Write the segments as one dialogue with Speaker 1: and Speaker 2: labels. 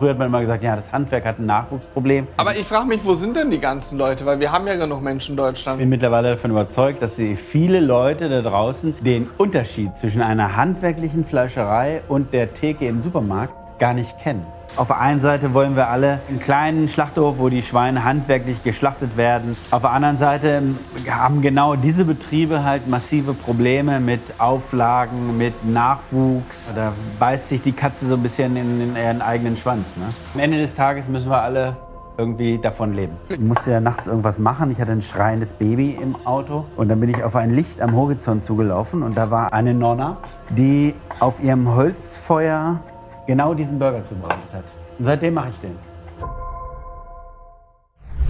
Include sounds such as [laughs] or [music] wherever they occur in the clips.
Speaker 1: Früher hat man immer gesagt, ja, das Handwerk hat ein Nachwuchsproblem.
Speaker 2: Aber ich frage mich, wo sind denn die ganzen Leute? Weil wir haben ja genug Menschen in
Speaker 1: Ich bin
Speaker 2: Deutschland.
Speaker 1: mittlerweile davon überzeugt, dass sie viele Leute da draußen den Unterschied zwischen einer handwerklichen Fleischerei und der Theke im Supermarkt gar nicht kennen. Auf der einen Seite wollen wir alle einen kleinen Schlachthof, wo die Schweine handwerklich geschlachtet werden. Auf der anderen Seite haben genau diese Betriebe halt massive Probleme mit Auflagen, mit Nachwuchs. Da beißt sich die Katze so ein bisschen in, in ihren eigenen Schwanz. Ne? Am Ende des Tages müssen wir alle irgendwie davon leben. Ich musste ja nachts irgendwas machen. Ich hatte ein schreiendes Baby im Auto. Und dann bin ich auf ein Licht am Horizont zugelaufen. Und da war eine Nonna, die auf ihrem Holzfeuer genau diesen Burger zubereitet hat. Und seitdem mache ich den.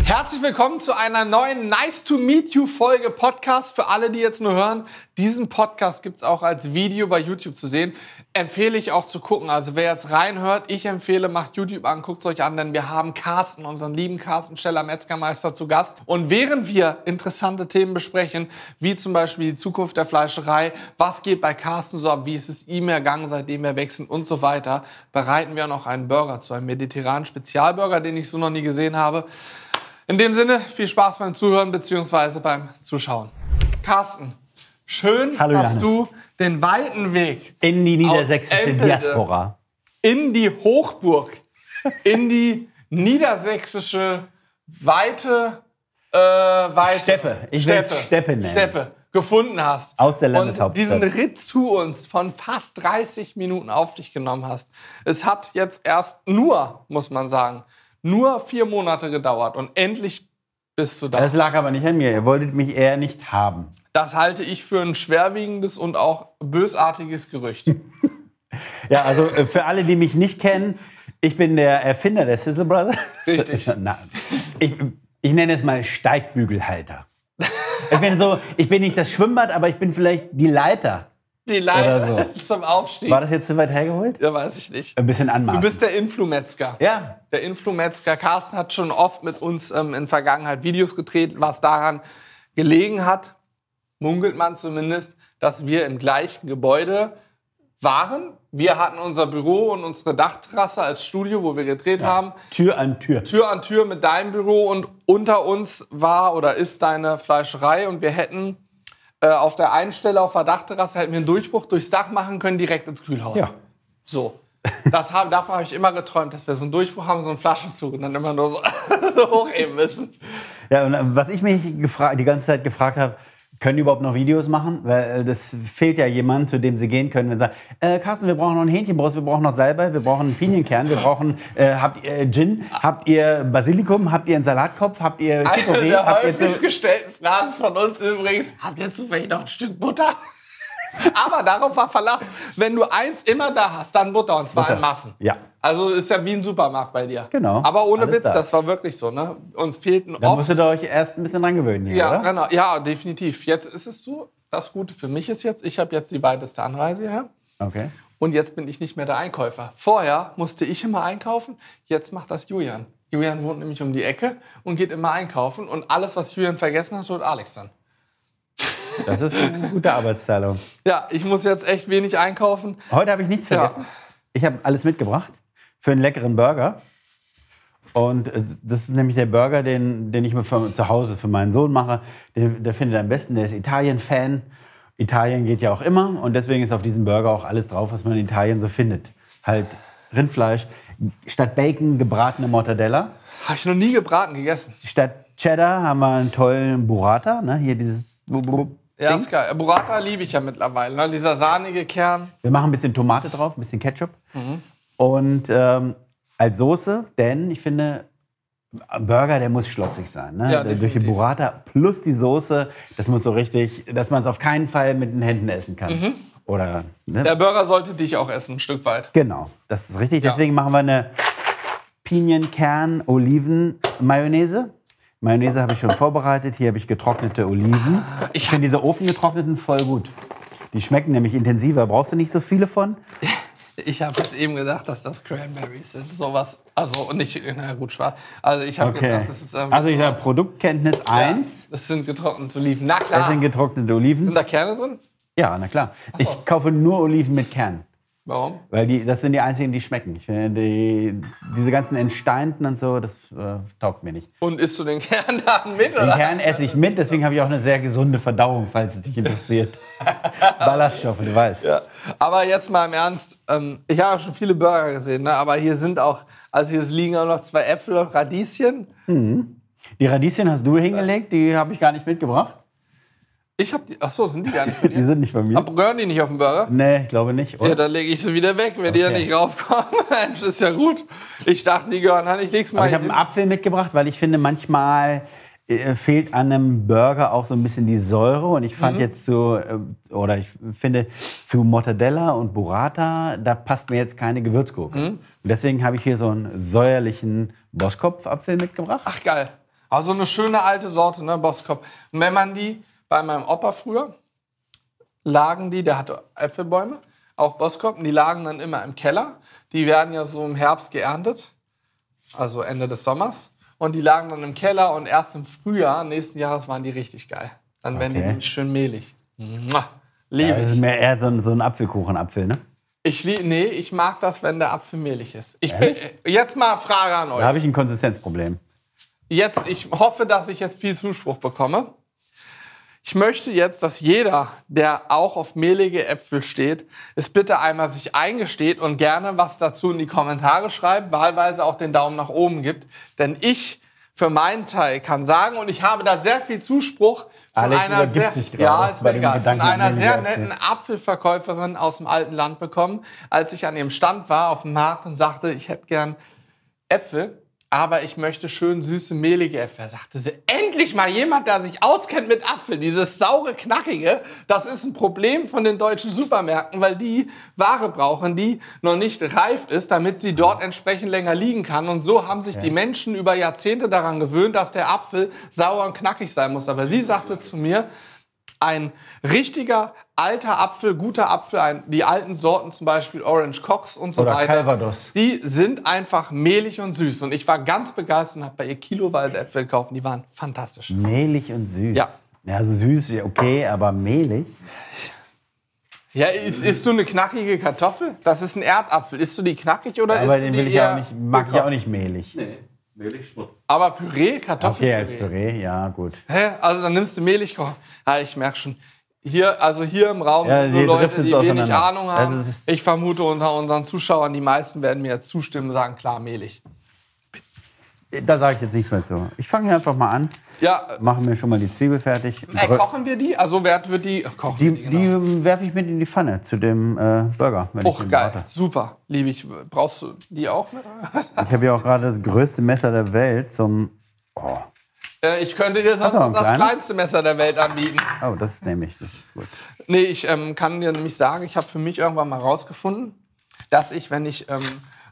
Speaker 2: Herzlich willkommen zu einer neuen Nice to Meet You Folge Podcast. Für alle, die jetzt nur hören, diesen Podcast gibt's auch als Video bei YouTube zu sehen. Empfehle ich auch zu gucken. Also wer jetzt reinhört, ich empfehle, macht YouTube an, guckt euch an, denn wir haben Carsten, unseren lieben Carsten Scheller, Metzgermeister, zu Gast. Und während wir interessante Themen besprechen, wie zum Beispiel die Zukunft der Fleischerei, was geht bei Carsten so ab, wie ist es ihm ergangen, seitdem wir wechseln und so weiter, bereiten wir noch einen Burger zu, einen mediterranen Spezialburger, den ich so noch nie gesehen habe. In dem Sinne, viel Spaß beim Zuhören bzw. beim Zuschauen. Carsten, schön,
Speaker 1: Hallo,
Speaker 2: dass
Speaker 1: Johannes.
Speaker 2: du den weiten Weg
Speaker 1: In die niedersächsische
Speaker 2: Empelde.
Speaker 1: Diaspora.
Speaker 2: in die Hochburg, in die niedersächsische weite, äh, weite
Speaker 1: Steppe. Ich will's Steppe nennen.
Speaker 2: Steppe gefunden hast.
Speaker 1: Aus der Landeshauptstadt.
Speaker 2: Und diesen Ritt zu uns von fast 30 Minuten auf dich genommen hast. Es hat jetzt erst nur, muss man sagen, nur vier Monate gedauert und endlich bist du da.
Speaker 1: Das lag aber nicht an mir. Ihr wolltet mich eher nicht haben.
Speaker 2: Das halte ich für ein schwerwiegendes und auch bösartiges Gerücht.
Speaker 1: [laughs] Ja, also äh, für alle, die mich nicht kennen, ich bin der Erfinder der Sizzle Brothers.
Speaker 2: Richtig.
Speaker 1: [laughs] Na, ich, ich nenne es mal Steigbügelhalter. Ich bin so, ich bin nicht das Schwimmbad, aber ich bin vielleicht die Leiter.
Speaker 2: Die Leiter
Speaker 1: Oder
Speaker 2: [laughs] zum Aufstieg.
Speaker 1: War das jetzt zu weit hergeholt?
Speaker 2: Ja, weiß ich nicht.
Speaker 1: Ein bisschen anmaßen.
Speaker 2: Du bist der Influmetzger.
Speaker 1: ja,
Speaker 2: Der Influmetzger Carsten hat schon oft mit uns ähm, in Vergangenheit Videos gedreht, was daran gelegen hat, munkelt man zumindest, dass wir im gleichen Gebäude waren. Wir hatten unser Büro und unsere Dachterrasse als Studio, wo wir gedreht haben.
Speaker 1: Tür an Tür.
Speaker 2: Tür an Tür mit deinem Büro und unter uns war oder ist deine Fleischerei und wir hätten äh, auf der einen Stelle auf der Dachterrasse hätten wir einen Durchbruch durchs Dach machen können, direkt ins Kühlhaus.
Speaker 1: Ja.
Speaker 2: So. Das hab, davon habe ich immer geträumt, dass wir so einen Durchbruch haben, so einen Flaschenzug und dann immer nur so, [laughs] so hochheben müssen.
Speaker 1: Ja, und äh, was ich mich gefra- die ganze Zeit gefragt habe, können die überhaupt noch Videos machen? Weil äh, das fehlt ja jemand, zu dem sie gehen können und sagen, äh, Carsten, wir brauchen noch ein Hähnchenbrust, wir brauchen noch Salbei, wir brauchen einen Pinienkern, wir brauchen, äh, habt ihr Gin, habt ihr Basilikum, habt ihr einen Salatkopf, habt ihr
Speaker 2: Eine
Speaker 1: Chicorée,
Speaker 2: der
Speaker 1: habt ihr...
Speaker 2: häufigst
Speaker 1: so-
Speaker 2: gestellten Fragen von uns übrigens, habt ihr zufällig noch ein Stück Butter? [laughs] Aber darauf war Verlass. Wenn du eins immer da hast, dann Butter und zwar in
Speaker 1: Butter.
Speaker 2: Massen.
Speaker 1: Ja.
Speaker 2: Also ist ja wie ein Supermarkt bei dir.
Speaker 1: Genau.
Speaker 2: Aber ohne
Speaker 1: Alles
Speaker 2: Witz,
Speaker 1: da.
Speaker 2: das war wirklich so, ne? Uns fehlten
Speaker 1: Da
Speaker 2: oft.
Speaker 1: musstet ihr euch erst ein bisschen dran gewöhnen hier,
Speaker 2: Ja,
Speaker 1: oder?
Speaker 2: genau. Ja, definitiv. Jetzt ist es so. Das Gute für mich ist jetzt, ich habe jetzt die weiteste Anreise her.
Speaker 1: Okay.
Speaker 2: Und jetzt bin ich nicht mehr der Einkäufer. Vorher musste ich immer einkaufen, jetzt macht das Julian. Julian wohnt nämlich um die Ecke und geht immer einkaufen. Und alles, was Julian vergessen hat, holt Alex dann.
Speaker 1: Das ist eine gute Arbeitsteilung.
Speaker 2: Ja, ich muss jetzt echt wenig einkaufen.
Speaker 1: Heute habe ich nichts vergessen. Ich habe alles mitgebracht für einen leckeren Burger. Und äh, das ist nämlich der Burger, den, den ich mir für, zu Hause für meinen Sohn mache. Der, der findet er am besten, der ist Italien-Fan. Italien geht ja auch immer. Und deswegen ist auf diesem Burger auch alles drauf, was man in Italien so findet. Halt Rindfleisch, statt Bacon gebratene Mortadella.
Speaker 2: Habe ich noch nie gebraten gegessen.
Speaker 1: Statt Cheddar haben wir einen tollen Burrata. Ne? Hier dieses...
Speaker 2: Ja, ist geil. Burrata liebe ich ja mittlerweile. Ne? Dieser sahnige Kern.
Speaker 1: Wir machen ein bisschen Tomate drauf, ein bisschen Ketchup. Und ähm, als Soße, denn ich finde, ein Burger, der muss schlotzig sein. Ne?
Speaker 2: Ja,
Speaker 1: Der- Durch die
Speaker 2: definitiv.
Speaker 1: Burrata plus die Soße, das muss so richtig, dass man es auf keinen Fall mit den Händen essen kann.
Speaker 2: Mhm.
Speaker 1: Oder, ne?
Speaker 2: Der Burger sollte dich auch essen, ein Stück weit.
Speaker 1: Genau, das ist richtig.
Speaker 2: Ja.
Speaker 1: Deswegen machen wir eine Pinienkern-Oliven-Mayonnaise. Mayonnaise habe ich schon vorbereitet. Hier habe ich getrocknete Oliven. Ich finde diese ofengetrockneten voll gut. Die schmecken nämlich intensiver. Brauchst du nicht so viele von?
Speaker 2: Ich habe jetzt eben gedacht, dass das Cranberries sind. Sowas. Also, und nicht, na gut, schwarz. Also, ich habe
Speaker 1: Okay.
Speaker 2: gedacht, das ist. irgendwie
Speaker 1: also ich habe Produktkenntnis 1.
Speaker 2: Das sind getrocknete Oliven. Na
Speaker 1: Das
Speaker 2: klar.
Speaker 1: sind getrocknete Oliven.
Speaker 2: Sind da Kerne drin?
Speaker 1: Ja, na klar. Ich kaufe nur Oliven mit Kern.
Speaker 2: Warum?
Speaker 1: Weil die, das sind die einzigen, die schmecken. Ich finde, die, diese ganzen Entsteinten und so, das äh, taugt mir nicht.
Speaker 2: Und isst du den Kern [laughs] dann mit,
Speaker 1: Den
Speaker 2: oder?
Speaker 1: Kern esse ich mit, deswegen habe ich auch eine sehr gesunde Verdauung, falls es dich
Speaker 2: [laughs]
Speaker 1: interessiert. Ballaststoffe, du weißt.
Speaker 2: Ja. Aber jetzt mal im Ernst, ähm, ich habe schon viele Burger gesehen, ne? aber hier sind auch, also hier liegen auch noch zwei Äpfel und Radieschen.
Speaker 1: Die Radieschen hast du hingelegt, die habe ich gar nicht mitgebracht.
Speaker 2: Ich habe die, ach so, sind die gar
Speaker 1: [laughs]
Speaker 2: nicht von
Speaker 1: Die
Speaker 2: dir?
Speaker 1: sind nicht bei mir.
Speaker 2: Aber gehören die nicht auf den Burger?
Speaker 1: Nee, ich glaube nicht.
Speaker 2: Ja,
Speaker 1: Oder?
Speaker 2: dann lege ich sie wieder weg, wenn die da
Speaker 1: Okay.
Speaker 2: nicht raufkommen. [laughs] Mensch, ist ja gut. Ich dachte, die gehören an, ich leg's mal
Speaker 1: Aber ich habe einen
Speaker 2: hin.
Speaker 1: Apfel mitgebracht, weil ich finde, manchmal äh, fehlt an einem Burger auch so ein bisschen die Säure. Und ich fand jetzt so, äh, oder ich finde, zu Mortadella und Burrata, da passt mir jetzt keine Gewürzgurke. Und deswegen habe ich hier so einen säuerlichen Bosskopf-Apfel mitgebracht.
Speaker 2: Ach geil. Also eine schöne alte Sorte, ne, Bosskopf. Und wenn man die bei meinem Opa früher lagen die, der hatte Äpfelbäume, auch Bosskopf, und die lagen dann immer im Keller. Die werden ja so im Herbst geerntet, also Ende des Sommers. Und die lagen dann im Keller und erst im Frühjahr nächsten Jahres waren die richtig geil. Dann werden die
Speaker 1: Okay.
Speaker 2: nämlich schön mehlig. Mua, liebe
Speaker 1: Das
Speaker 2: ich.
Speaker 1: ist mehr eher so ein, so ein Apfelkuchen-Apfel, ne?
Speaker 2: Ich lieb, nee, ich mag das, wenn der Apfel mehlig ist. Ich bin, äh, jetzt mal Frage an
Speaker 1: Da
Speaker 2: euch.
Speaker 1: habe ich ein Konsistenzproblem.
Speaker 2: Jetzt, ich hoffe, dass ich jetzt viel Zuspruch bekomme. Ich möchte jetzt, dass jeder, der auch auf mehlige Äpfel steht, es bitte einmal sich eingesteht und gerne was dazu in die Kommentare schreibt, wahlweise auch den Daumen nach oben gibt. Denn ich für meinen Teil kann sagen, und ich habe da sehr viel Zuspruch von
Speaker 1: Alex
Speaker 2: einer
Speaker 1: übergibt
Speaker 2: sehr,
Speaker 1: sich gerade
Speaker 2: ja, ist
Speaker 1: bei
Speaker 2: mir
Speaker 1: dem
Speaker 2: egal, von
Speaker 1: Gedanken an
Speaker 2: einer
Speaker 1: mehlige
Speaker 2: sehr
Speaker 1: Äpfel.
Speaker 2: netten Apfelverkäuferin aus dem alten Land bekommen, als ich an ihrem Stand war auf dem Markt und sagte, ich hätte gern Äpfel, aber ich möchte schön süße, mehlige Äpfel. Da sagte sie, endlich mal jemand, der sich auskennt mit Apfel. Dieses saure, knackige, das ist ein Problem von den deutschen Supermärkten, weil die Ware brauchen, die noch nicht reif ist, damit sie dort entsprechend länger liegen kann. Und so haben sich die Menschen über Jahrzehnte daran gewöhnt, dass der Apfel sauer und knackig sein muss. Aber sie sagte zu mir, ein richtiger alter Apfel, guter Apfel, ein, die alten Sorten, zum Beispiel Orange Cox und so
Speaker 1: Oder
Speaker 2: weiter,
Speaker 1: Calvados.
Speaker 2: die sind einfach mehlig und süß. Und ich war ganz begeistert und habe bei ihr kiloweise Äpfel gekauft. Die waren fantastisch.
Speaker 1: Mehlig und süß.
Speaker 2: Ja.
Speaker 1: Ja, also süß, ja, okay, aber mehlig.
Speaker 2: Ja, ist, isst du eine knackige Kartoffel? Das ist ein Erdapfel. Isst du die knackig oder
Speaker 1: Aber
Speaker 2: isst
Speaker 1: den
Speaker 2: du die
Speaker 1: will ich ja auch
Speaker 2: eher
Speaker 1: nicht, mag ich
Speaker 2: locker?
Speaker 1: auch nicht mehlig.
Speaker 2: Aber Püree,
Speaker 1: Okay,
Speaker 2: Kartoffelpüree.
Speaker 1: als Püree, ja, gut.
Speaker 2: Hä? Also dann nimmst du mehlig. kochen. Ah, ich merke schon. Hier, also hier im Raum
Speaker 1: Ja,
Speaker 2: sind so
Speaker 1: hier
Speaker 2: Leute,
Speaker 1: driftet's
Speaker 2: die wenig
Speaker 1: auseinander.
Speaker 2: Ahnung haben.
Speaker 1: Das ist-
Speaker 2: Ich vermute unter unseren Zuschauern, die meisten werden mir jetzt zustimmen und sagen, klar, mehlig.
Speaker 1: Da sage ich jetzt nichts mehr zu. Ich fange einfach mal an,
Speaker 2: Ja,
Speaker 1: mache mir schon mal die Zwiebel fertig.
Speaker 2: äh,
Speaker 1: Drück-
Speaker 2: kochen wir die? Also wer wird die? Ach, Kochen
Speaker 1: die
Speaker 2: wir die, genau.
Speaker 1: die werfe ich mit in die Pfanne zu dem äh, Burger. Wenn ich
Speaker 2: Och,
Speaker 1: den
Speaker 2: geil.
Speaker 1: brate.
Speaker 2: Super. Liebe ich. Brauchst du die auch mit?
Speaker 1: Ich habe ja auch gerade das größte Messer der Welt zum. Oh,
Speaker 2: [laughs] Äh, ich könnte dir das,
Speaker 1: Hast du noch ein
Speaker 2: das
Speaker 1: kleines?
Speaker 2: kleinste Messer der Welt anbieten.
Speaker 1: oh das ist nämlich, das ist gut.
Speaker 2: Nee, ich ähm, kann dir nämlich sagen, ich habe für mich irgendwann mal rausgefunden, dass ich, wenn ich ähm,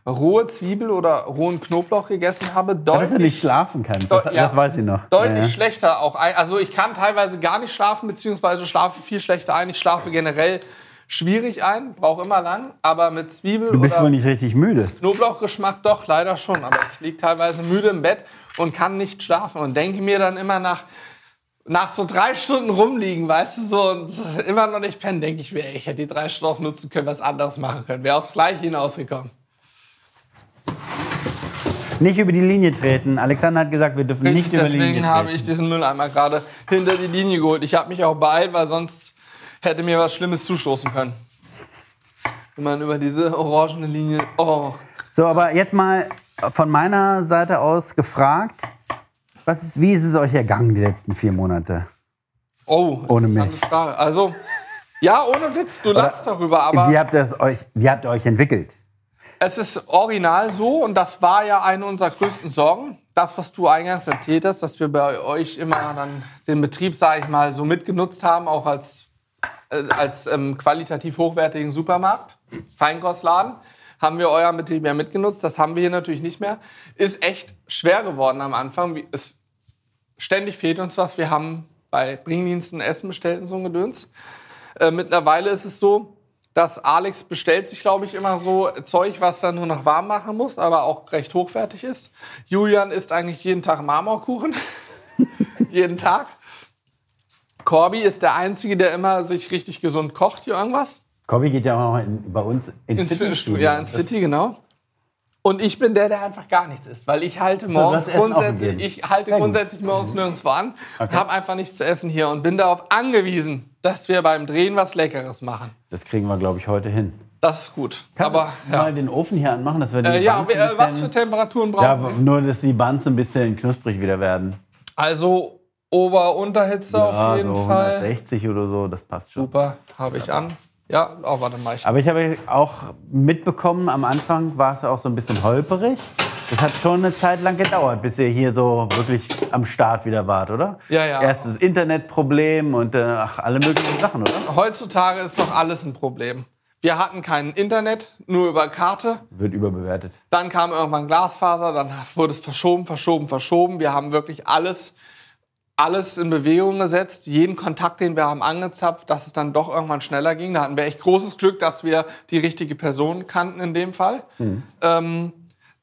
Speaker 2: rohe Zwiebel oder rohen Knoblauch gegessen habe,
Speaker 1: Dass du
Speaker 2: deutlich,
Speaker 1: nicht schlafen kannst, das,
Speaker 2: Deu- ja.
Speaker 1: das weiß ich noch.
Speaker 2: deutlich
Speaker 1: Ja, ja.
Speaker 2: schlechter auch ein. Also ich kann teilweise gar nicht schlafen, beziehungsweise schlafe viel schlechter ein. Ich schlafe generell schwierig ein, brauche immer lang, aber mit Zwiebel
Speaker 1: Du bist
Speaker 2: oder
Speaker 1: wohl nicht richtig müde.
Speaker 2: Knoblauchgeschmack doch, leider schon. Aber ich liege teilweise müde im Bett und kann nicht schlafen und denke mir dann immer nach, nach so drei Stunden rumliegen, weißt du, so und immer noch nicht pennen, denke ich mir, ey, ich hätte die drei Stunden auch nutzen können, was anderes machen können. Wäre aufs Gleiche hinausgekommen.
Speaker 1: Nicht über die Linie treten. Alexander hat gesagt, wir dürfen nicht über die Linie
Speaker 2: deswegen
Speaker 1: treten.
Speaker 2: habe ich diesen Mülleimer gerade hinter die Linie geholt. Ich habe mich auch beeilt, weil sonst hätte mir was Schlimmes zustoßen können. Wenn man über diese orangene Linie. Oh,
Speaker 1: So, aber jetzt mal von meiner Seite aus gefragt, was ist, wie ist es euch ergangen die letzten vier Monate?
Speaker 2: oh
Speaker 1: Ohne
Speaker 2: interessante
Speaker 1: mich.
Speaker 2: Frage. Also, ja, ohne Witz, du lachst darüber, aber.
Speaker 1: wie habt ihr es euch, wie habt ihr euch entwickelt?
Speaker 2: Es ist original so und das war ja eine unserer größten Sorgen. Das, was du eingangs erzählt hast, dass wir bei euch immer dann den Betrieb, sage ich mal, so mitgenutzt haben, auch als, äh, als ähm, qualitativ hochwertigen Supermarkt, Feinkostladen, haben wir euren Betrieb ja mitgenutzt. Das haben wir hier natürlich nicht mehr. Ist echt schwer geworden am Anfang. Wie- Es, ständig fehlt uns was. Wir haben bei Bringdiensten Essen bestellt und so ein Gedöns. Äh, mittlerweile ist es so, dass Alex bestellt sich, glaube ich, immer so Zeug, was er nur noch warm machen muss, aber auch recht hochwertig ist. Julian isst eigentlich jeden Tag Marmorkuchen. [laughs] jeden Tag. Corby ist der Einzige, der immer sich richtig gesund kocht hier irgendwas.
Speaker 1: Cobby geht ja auch noch in, bei uns ins,
Speaker 2: Ins Fitnessstudio.
Speaker 1: Fitnessstudio.
Speaker 2: Ja, ins
Speaker 1: Das-
Speaker 2: Fitti, genau. Und ich bin der, der einfach gar nichts isst, weil ich halte morgens
Speaker 1: hast du Essen
Speaker 2: grundsätzlich,
Speaker 1: aufgegeben.
Speaker 2: ich halte
Speaker 1: Sehr gut. Mhm.
Speaker 2: grundsätzlich morgens nirgendwo an,
Speaker 1: Okay.
Speaker 2: habe einfach nichts zu essen hier und bin darauf angewiesen, dass wir beim Drehen was Leckeres machen.
Speaker 1: Das kriegen wir, glaube ich, heute hin.
Speaker 2: Das ist gut.
Speaker 1: Kannst
Speaker 2: Aber
Speaker 1: du
Speaker 2: ja,
Speaker 1: mal den Ofen hier anmachen, dass wir die
Speaker 2: äh, ja
Speaker 1: Banzen
Speaker 2: äh, was für
Speaker 1: bisschen-
Speaker 2: Temperaturen brauchen
Speaker 1: Ja,
Speaker 2: wir?
Speaker 1: w- nur, dass die Banzen ein bisschen knusprig wieder werden.
Speaker 2: Also Ober-Unterhitze
Speaker 1: ja,
Speaker 2: auf jeden
Speaker 1: so
Speaker 2: Fall.
Speaker 1: 160 oder so, das passt schon.
Speaker 2: Super, habe ich an. Ja, oh, warte mal. Ich,
Speaker 1: Aber ich habe auch mitbekommen, am Anfang war es ja auch so ein bisschen holperig. Das hat schon eine Zeit lang gedauert, bis ihr hier so wirklich am Start wieder wart, oder?
Speaker 2: Ja, ja.
Speaker 1: Erstes Internetproblem und äh, ach, alle möglichen Sachen, oder?
Speaker 2: heutzutage ist doch alles ein Problem. Wir hatten kein Internet, nur über Karte.
Speaker 1: Wird überbewertet.
Speaker 2: Dann kam irgendwann Glasfaser, dann wurde es verschoben, verschoben, verschoben. Wir haben wirklich alles, alles in Bewegung gesetzt, jeden Kontakt, den wir haben, angezapft, dass es dann doch irgendwann schneller ging. Da hatten wir echt großes Glück, dass wir die richtige Person kannten in dem Fall.
Speaker 1: Mhm.
Speaker 2: Ähm,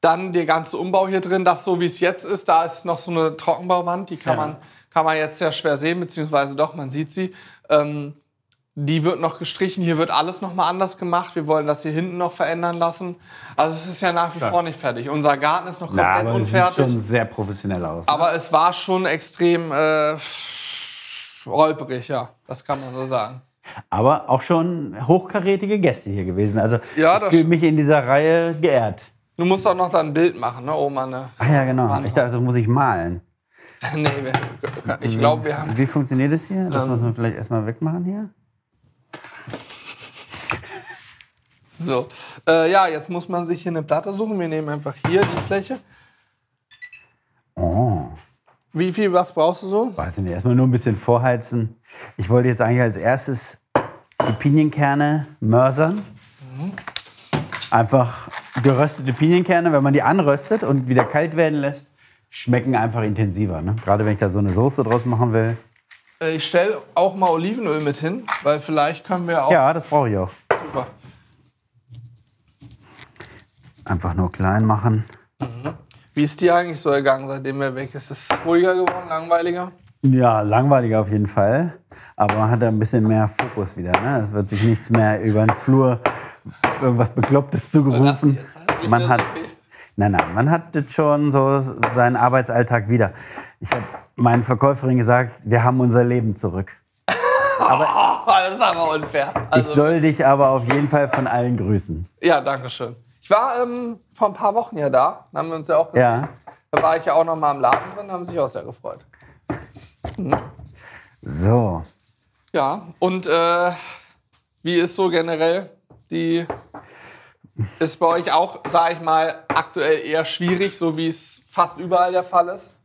Speaker 2: dann der ganze Umbau hier drin, das so wie es jetzt ist, da ist noch so eine Trockenbauwand, die kann,
Speaker 1: Ja.
Speaker 2: man, kann man jetzt sehr schwer sehen, beziehungsweise doch, man sieht sie. Ähm, die wird noch gestrichen, hier wird alles nochmal anders gemacht. Wir wollen das hier hinten noch verändern lassen. Also es ist ja nach wie vor nicht fertig. Unser Garten ist noch
Speaker 1: Na,
Speaker 2: komplett
Speaker 1: aber es sieht
Speaker 2: unfertig.
Speaker 1: schon sehr professionell aus.
Speaker 2: aber es war schon extrem äh, holperig, ja. Das kann man so sagen.
Speaker 1: Aber auch schon hochkarätige Gäste hier gewesen. Also
Speaker 2: Ja, das-
Speaker 1: ich fühle mich in dieser Reihe geehrt.
Speaker 2: Du musst auch noch dann ein Bild machen, ne, Oma? Ne? [laughs]
Speaker 1: Ach ja, genau.
Speaker 2: Wahnsinn.
Speaker 1: Ich dachte, das muss ich malen.
Speaker 2: nee, wir, ich glaube, wir haben... [laughs] Ähm.
Speaker 1: Wie funktioniert das hier? Das muss man vielleicht erstmal wegmachen hier.
Speaker 2: So. Äh, ja, jetzt muss man sich hier eine Platte suchen. Wir nehmen einfach hier die Fläche.
Speaker 1: Oh.
Speaker 2: Wie viel, was brauchst du so?
Speaker 1: Weiß ich nicht, erstmal nur ein bisschen vorheizen. Ich wollte jetzt eigentlich als erstes die Pinienkerne mörsern.
Speaker 2: Mhm.
Speaker 1: Einfach geröstete Pinienkerne, wenn man die anröstet und wieder kalt werden lässt, schmecken einfach intensiver. Ne? Gerade wenn ich da so eine Soße draus machen will.
Speaker 2: Äh, Ich stelle auch mal Olivenöl mit hin, weil vielleicht können wir auch...
Speaker 1: Ja, das brauche ich auch.
Speaker 2: Super.
Speaker 1: Einfach nur klein machen.
Speaker 2: Wie ist dir eigentlich so ergangen, seitdem wir weg ist? Ist es ruhiger geworden, langweiliger?
Speaker 1: Ja, langweiliger auf jeden Fall. Aber man hat da ein bisschen mehr Fokus wieder. Ne? Es wird sich nichts mehr über den Flur irgendwas Beklopptes
Speaker 2: das
Speaker 1: zugerufen.
Speaker 2: jetzt heißen? Nicht
Speaker 1: Man
Speaker 2: mehr
Speaker 1: hat,
Speaker 2: so viel?
Speaker 1: nein, nein, man hat jetzt schon so seinen Arbeitsalltag wieder. Ich habe meinen Verkäuferin gesagt, wir haben unser Leben zurück.
Speaker 2: Oh, [laughs] das ist aber unfair.
Speaker 1: Ich
Speaker 2: Also,
Speaker 1: soll dich aber auf jeden Fall von allen grüßen.
Speaker 2: ja, danke schön. Ich war ähm, vor ein paar Wochen ja da, da haben wir uns ja auch gesehen.
Speaker 1: Ja,
Speaker 2: Da war ich ja auch noch mal im Laden drin, haben sich auch sehr gefreut.
Speaker 1: so.
Speaker 2: Ja, und äh, wie ist so generell die... Ist bei euch auch, sage ich mal, aktuell eher schwierig, so wie es fast überall der Fall ist?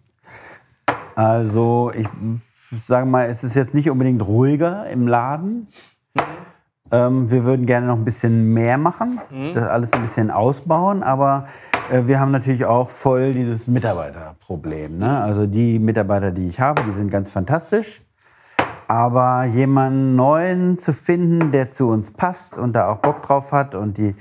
Speaker 1: Also, ich sage mal, es ist jetzt nicht unbedingt ruhiger im Laden. Ähm, wir würden gerne noch ein bisschen mehr machen,
Speaker 2: Mhm.
Speaker 1: das alles ein bisschen ausbauen, aber äh, wir haben natürlich auch voll dieses Mitarbeiterproblem. Ne? Also die Mitarbeiter, die ich habe, die sind ganz fantastisch. Aber jemanden neuen zu finden, der zu uns passt und da auch Bock drauf hat und die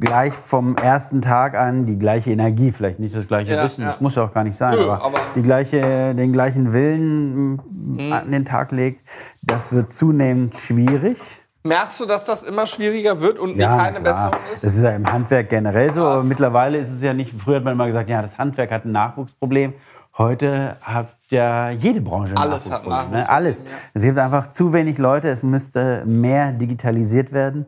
Speaker 1: gleich vom ersten Tag an die gleiche Energie, vielleicht nicht das gleiche
Speaker 2: Ja,
Speaker 1: Wissen,
Speaker 2: ja.
Speaker 1: das muss ja auch gar nicht sein,
Speaker 2: Nö,
Speaker 1: aber,
Speaker 2: aber- Hm.
Speaker 1: die gleiche, den gleichen Willen m, an den Tag legt, das wird zunehmend schwierig.
Speaker 2: Merkst du, dass das immer schwieriger wird und
Speaker 1: Ja,
Speaker 2: keine
Speaker 1: klar.
Speaker 2: Besserung ist?
Speaker 1: Das ist ja im Handwerk generell so, aber
Speaker 2: Krass.
Speaker 1: mittlerweile ist es ja nicht, früher hat man immer gesagt, ja, das Handwerk hat ein Nachwuchsproblem. Heute hat ja jede Branche ein
Speaker 2: Alles hat ein
Speaker 1: Nachwuchsproblem. ne?
Speaker 2: Nachwuchsproblem,
Speaker 1: Alles.
Speaker 2: ja.
Speaker 1: Es gibt einfach zu wenig Leute, es müsste mehr digitalisiert werden.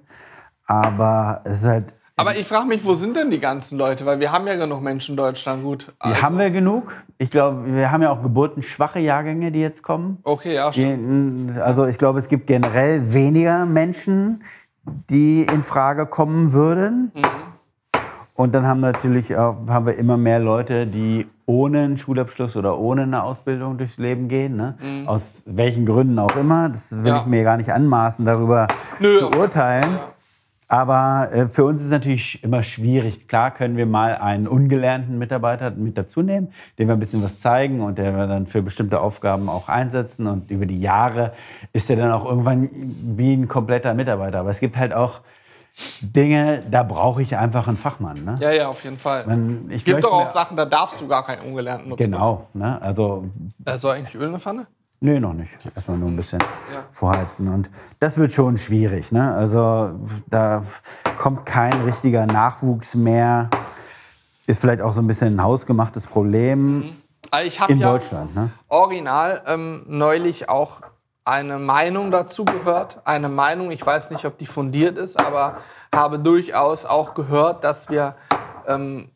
Speaker 1: Aber es ist halt,
Speaker 2: Aber ich frage mich, wo sind denn die ganzen Leute? Weil wir haben ja genug Menschen in Deutschland. Gut. Also,
Speaker 1: haben wir genug? Ich glaube, wir haben ja auch geburtenschwache Jahrgänge, die jetzt kommen.
Speaker 2: okay, ja, stimmt.
Speaker 1: Die- Also ich glaube, es gibt generell weniger Menschen, die in Frage kommen würden.
Speaker 2: Mhm.
Speaker 1: Und dann haben natürlich auch, haben wir immer mehr Leute, die ohne einen Schulabschluss oder ohne eine Ausbildung durchs Leben gehen. Ne? Aus welchen Gründen auch immer. Das will
Speaker 2: Mhm. Ja.
Speaker 1: ich mir gar nicht anmaßen, darüber
Speaker 2: Nö,
Speaker 1: zu
Speaker 2: auf keinen Fall,
Speaker 1: urteilen.
Speaker 2: ja.
Speaker 1: Aber äh, für uns ist es natürlich immer schwierig. Klar können wir mal einen ungelernten Mitarbeiter mit dazu nehmen, dem wir ein bisschen was zeigen und der wir dann für bestimmte Aufgaben auch einsetzen. Und über die Jahre ist er dann auch irgendwann wie ein kompletter Mitarbeiter. Aber es gibt halt auch Dinge, da brauche ich einfach einen Fachmann. Ne?
Speaker 2: Ja, ja, auf jeden Fall.
Speaker 1: Man- ich
Speaker 2: Gibt
Speaker 1: möchte
Speaker 2: doch auch
Speaker 1: mir-
Speaker 2: Sachen, da darfst du gar keinen Ungelernten nutzen.
Speaker 1: Genau. Ne? Also
Speaker 2: Äh, soll eigentlich Öl in der Pfanne?
Speaker 1: Nee, noch nicht. Erstmal nur ein bisschen vorheizen. Und das wird schon schwierig. Ne? Also da kommt kein richtiger Nachwuchs mehr. Ist vielleicht auch so ein bisschen ein hausgemachtes Problem
Speaker 2: Also ich habe
Speaker 1: in
Speaker 2: ja
Speaker 1: Deutschland. Ne?
Speaker 2: original ähm, neulich auch eine Meinung dazu gehört. Eine Meinung, ich weiß nicht, ob die fundiert ist, aber habe durchaus auch gehört, dass wir ähm,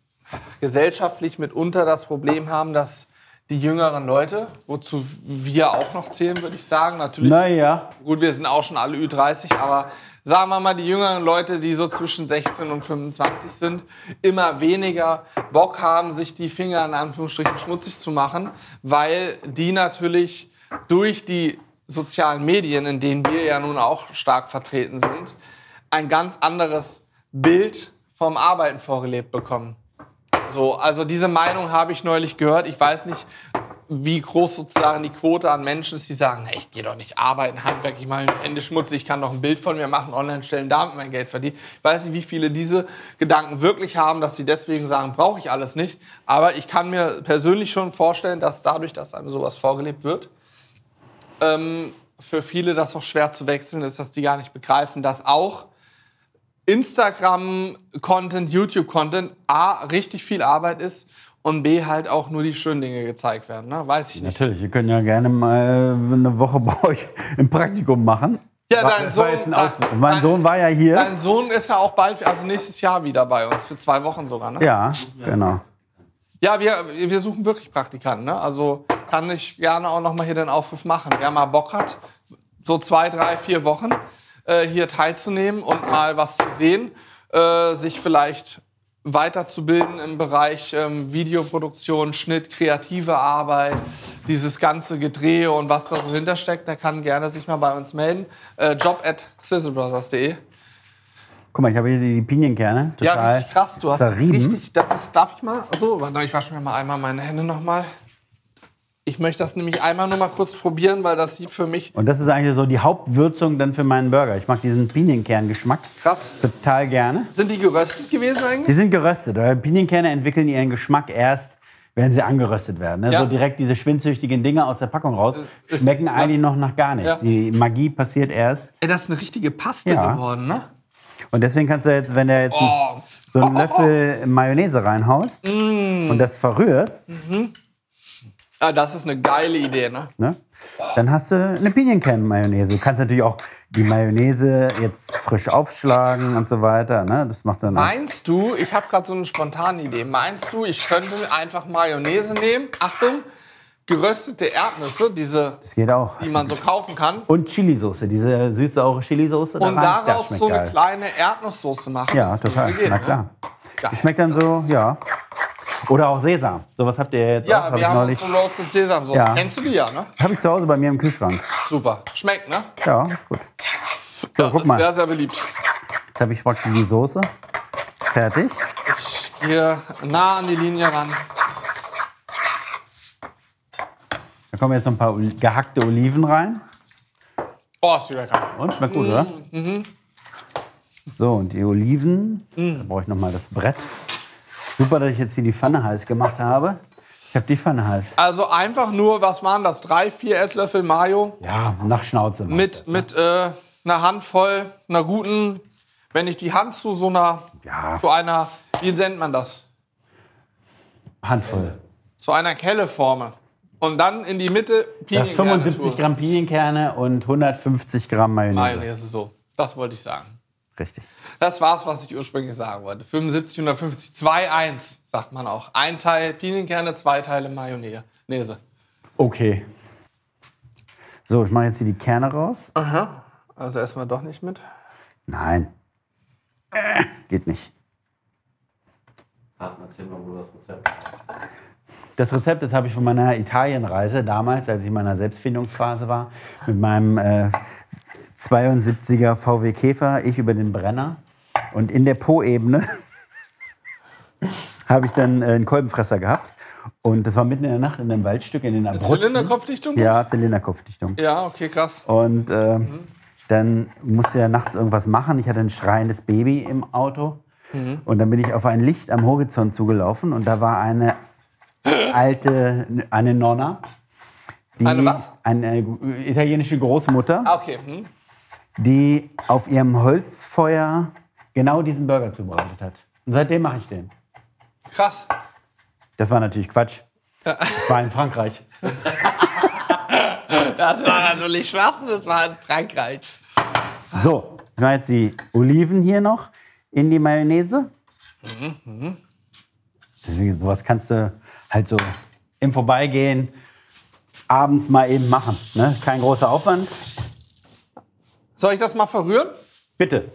Speaker 2: gesellschaftlich mitunter das Problem haben, dass die jüngeren Leute, wozu wir auch noch zählen, würde ich sagen, natürlich
Speaker 1: Naja,
Speaker 2: Gut, wir sind auch schon alle Ü30, aber sagen wir mal, die jüngeren Leute, die so zwischen 16 und 25 sind, immer weniger Bock haben, sich die Finger in Anführungsstrichen schmutzig zu machen, weil die natürlich durch die sozialen Medien, in denen wir ja nun auch stark vertreten sind, ein ganz anderes Bild vom Arbeiten vorgelebt bekommen. So, also diese Meinung habe ich neulich gehört. Ich weiß nicht, wie groß sozusagen die Quote an Menschen ist, die sagen, "Hey, ich gehe doch nicht arbeiten, Handwerk, ich mache mir die Hände schmutzig, ich kann doch ein Bild von mir machen, online stellen, damit mein Geld verdienen. Ich weiß nicht, wie viele diese Gedanken wirklich haben, dass sie deswegen sagen, brauche ich alles nicht. Aber ich kann mir persönlich schon vorstellen, dass dadurch, dass einem sowas vorgelebt wird, ähm, für viele das auch schwer zu wechseln ist, dass die gar nicht begreifen, dass auch Instagram-Content, YouTube-Content A, richtig viel Arbeit ist und B, halt auch nur die schönen Dinge gezeigt werden. Ne? Weiß ich nicht.
Speaker 1: natürlich. Ihr könnt ja gerne mal eine Woche bei euch im Praktikum machen.
Speaker 2: Ja,
Speaker 1: War-
Speaker 2: dein
Speaker 1: das war
Speaker 2: Sohn-
Speaker 1: jetzt ein
Speaker 2: dein-
Speaker 1: Ausflug. mein
Speaker 2: dein-
Speaker 1: Sohn war ja hier.
Speaker 2: Dein Sohn ist ja auch bald, also nächstes Jahr wieder bei uns, für zwei Wochen sogar. Ne?
Speaker 1: ja, genau.
Speaker 2: Ja, wir, wir suchen wirklich Praktikanten. Ne? Also kann ich gerne auch nochmal hier den Aufruf machen. Wer mal Bock hat, so zwei, drei, vier Wochen äh, hier teilzunehmen und mal was zu sehen, äh, sich vielleicht weiterzubilden im Bereich ähm, Videoproduktion, Schnitt, kreative Arbeit, dieses ganze Gedrehe und was da so hintersteckt, der kann gerne sich mal bei uns melden. Äh, job at sizzlebrothers.de.
Speaker 1: Guck mal, ich habe hier die Pinienkerne. Total
Speaker 2: Ja, richtig krass. Du hast
Speaker 1: zerrieben.
Speaker 2: richtig, das ist, darf ich mal? So, warte, ich wasche mir mal einmal meine Hände nochmal. Ich möchte das nämlich einmal nur mal kurz probieren, weil das sieht für mich
Speaker 1: Und das ist eigentlich so die Hauptwürzung dann für meinen Burger. Ich mag diesen Pinienkernggeschmack
Speaker 2: krass.
Speaker 1: total gerne.
Speaker 2: Sind die geröstet gewesen
Speaker 1: Die
Speaker 2: eigentlich?
Speaker 1: sind geröstet. Oder? Pinienkerne entwickeln ihren Geschmack erst, wenn sie angeröstet werden. Ne?
Speaker 2: Ja.
Speaker 1: So direkt diese schwindsüchtigen Dinger aus der Packung raus
Speaker 2: ist-
Speaker 1: schmecken
Speaker 2: ist-
Speaker 1: eigentlich noch nach gar nichts.
Speaker 2: Ja.
Speaker 1: Die Magie passiert erst.
Speaker 2: Ey, das ist eine richtige Paste
Speaker 1: Ja.
Speaker 2: geworden, ne?
Speaker 1: Und deswegen kannst du jetzt, wenn du jetzt
Speaker 2: Oh.
Speaker 1: so einen Löffel Mayonnaise reinhaust
Speaker 2: Mm.
Speaker 1: und das verrührst,
Speaker 2: Ah, das ist eine geile Idee, ne?
Speaker 1: Ne? Dann hast du eine Pinienkern-Mayonnaise. Du kannst natürlich auch die Mayonnaise jetzt frisch aufschlagen und so weiter. Ne? Das macht dann auch.
Speaker 2: Meinst du, ich habe gerade so eine spontane Idee, meinst du, ich könnte einfach Mayonnaise nehmen? Achtung, geröstete Erdnüsse, diese,
Speaker 1: Das geht auch.
Speaker 2: die man so kaufen kann.
Speaker 1: Und Chilisauce, diese süß saure Chilisauce. da
Speaker 2: Und
Speaker 1: rein, das
Speaker 2: darauf
Speaker 1: schmeckt
Speaker 2: so eine
Speaker 1: geil.
Speaker 2: kleine Erdnusssoße machen.
Speaker 1: Ja,
Speaker 2: Das würde
Speaker 1: total.
Speaker 2: gehen,
Speaker 1: Na
Speaker 2: ne?
Speaker 1: klar.
Speaker 2: Geil.
Speaker 1: Die schmeckt dann so, ja. Oder auch Sesam. Sowas habt ihr jetzt auch,
Speaker 2: Ja,
Speaker 1: hab ich
Speaker 2: wir haben
Speaker 1: neulich.
Speaker 2: so Roasted Sesamsoße.
Speaker 1: Ja.
Speaker 2: Kennst du die ja, ne?
Speaker 1: Habe ich zu Hause bei mir im Kühlschrank.
Speaker 2: Super. Schmeckt, ne?
Speaker 1: Ja, ist gut. So, guck
Speaker 2: ist
Speaker 1: mal.
Speaker 2: sehr, sehr beliebt.
Speaker 1: Jetzt habe ich praktisch die Soße. Fertig.
Speaker 2: Hier nah an die Linie ran.
Speaker 1: Da kommen jetzt noch ein paar Oli- gehackte Oliven rein.
Speaker 2: Oh, ist wieder geil.
Speaker 1: Und schmeckt gut, oder?
Speaker 2: mhm.
Speaker 1: So, und die Oliven.
Speaker 2: Mm.
Speaker 1: Da brauche ich nochmal das Brett. Super, dass ich jetzt hier die Pfanne heiß gemacht habe. Ich habe die Pfanne heiß.
Speaker 2: Also einfach nur, was waren das? Drei, vier Esslöffel Mayo
Speaker 1: Ja, nach Schnauze. machen.
Speaker 2: mit, mit äh, einer Handvoll, einer guten, wenn ich die Hand zu so einer,
Speaker 1: Ja.
Speaker 2: zu einer, wie nennt man das?
Speaker 1: Handvoll.
Speaker 2: Zu einer Kelle forme. Und dann in die Mitte
Speaker 1: Ja,
Speaker 2: Pinienkerne
Speaker 1: 75
Speaker 2: tue.
Speaker 1: Gramm Pinienkerne und 150 Gramm Mayonnaise.
Speaker 2: Mayonnaise, so. Das wollte ich sagen.
Speaker 1: Richtig.
Speaker 2: Das war's, was ich ursprünglich sagen wollte. 75, 150, 2, 1, sagt man auch. Ein Teil Pinienkerne, zwei Teile Mayonnaise.
Speaker 1: Okay. So, ich mache jetzt hier die Kerne raus.
Speaker 2: Aha. Also erstmal doch nicht mit.
Speaker 1: Nein. Äh, Geht nicht.
Speaker 3: Hast mal erzähl mal, wo das Rezept
Speaker 1: Das Rezept, das habe ich von meiner Italienreise damals, als ich in meiner Selbstfindungsphase war, mit meinem äh, 72er VW Käfer, ich über den Brenner. Und in der Po-Ebene [laughs] habe ich dann äh, einen Kolbenfresser gehabt. Und das war mitten in der Nacht in einem Waldstück in den Abruzzen.
Speaker 2: Zylinderkopfdichtung?
Speaker 1: Ja, Zylinderkopfdichtung.
Speaker 2: Ja, okay, krass.
Speaker 1: Und äh,
Speaker 2: Mhm.
Speaker 1: dann musste ja nachts irgendwas machen. Ich hatte ein schreiendes Baby im Auto.
Speaker 2: Mhm.
Speaker 1: Und dann bin ich auf ein Licht am Horizont zugelaufen und da war eine alte, eine Nonna, die,
Speaker 2: Eine was?
Speaker 1: Eine italienische Großmutter,
Speaker 2: Ah, okay. Hm?
Speaker 1: die auf ihrem Holzfeuer genau diesen Burger zubereitet hat. Und seitdem mache ich den.
Speaker 2: Krass.
Speaker 1: Das war natürlich Quatsch. Ich war in Frankreich.
Speaker 2: Das war natürlich Schwarzen, das war in Frankreich.
Speaker 1: So, ich mache jetzt die Oliven hier noch in die Mayonnaise. Deswegen, sowas kannst du halt so im Vorbeigehen abends mal eben machen. Ne? Kein großer Aufwand.
Speaker 2: Soll ich das mal verrühren?
Speaker 1: Bitte.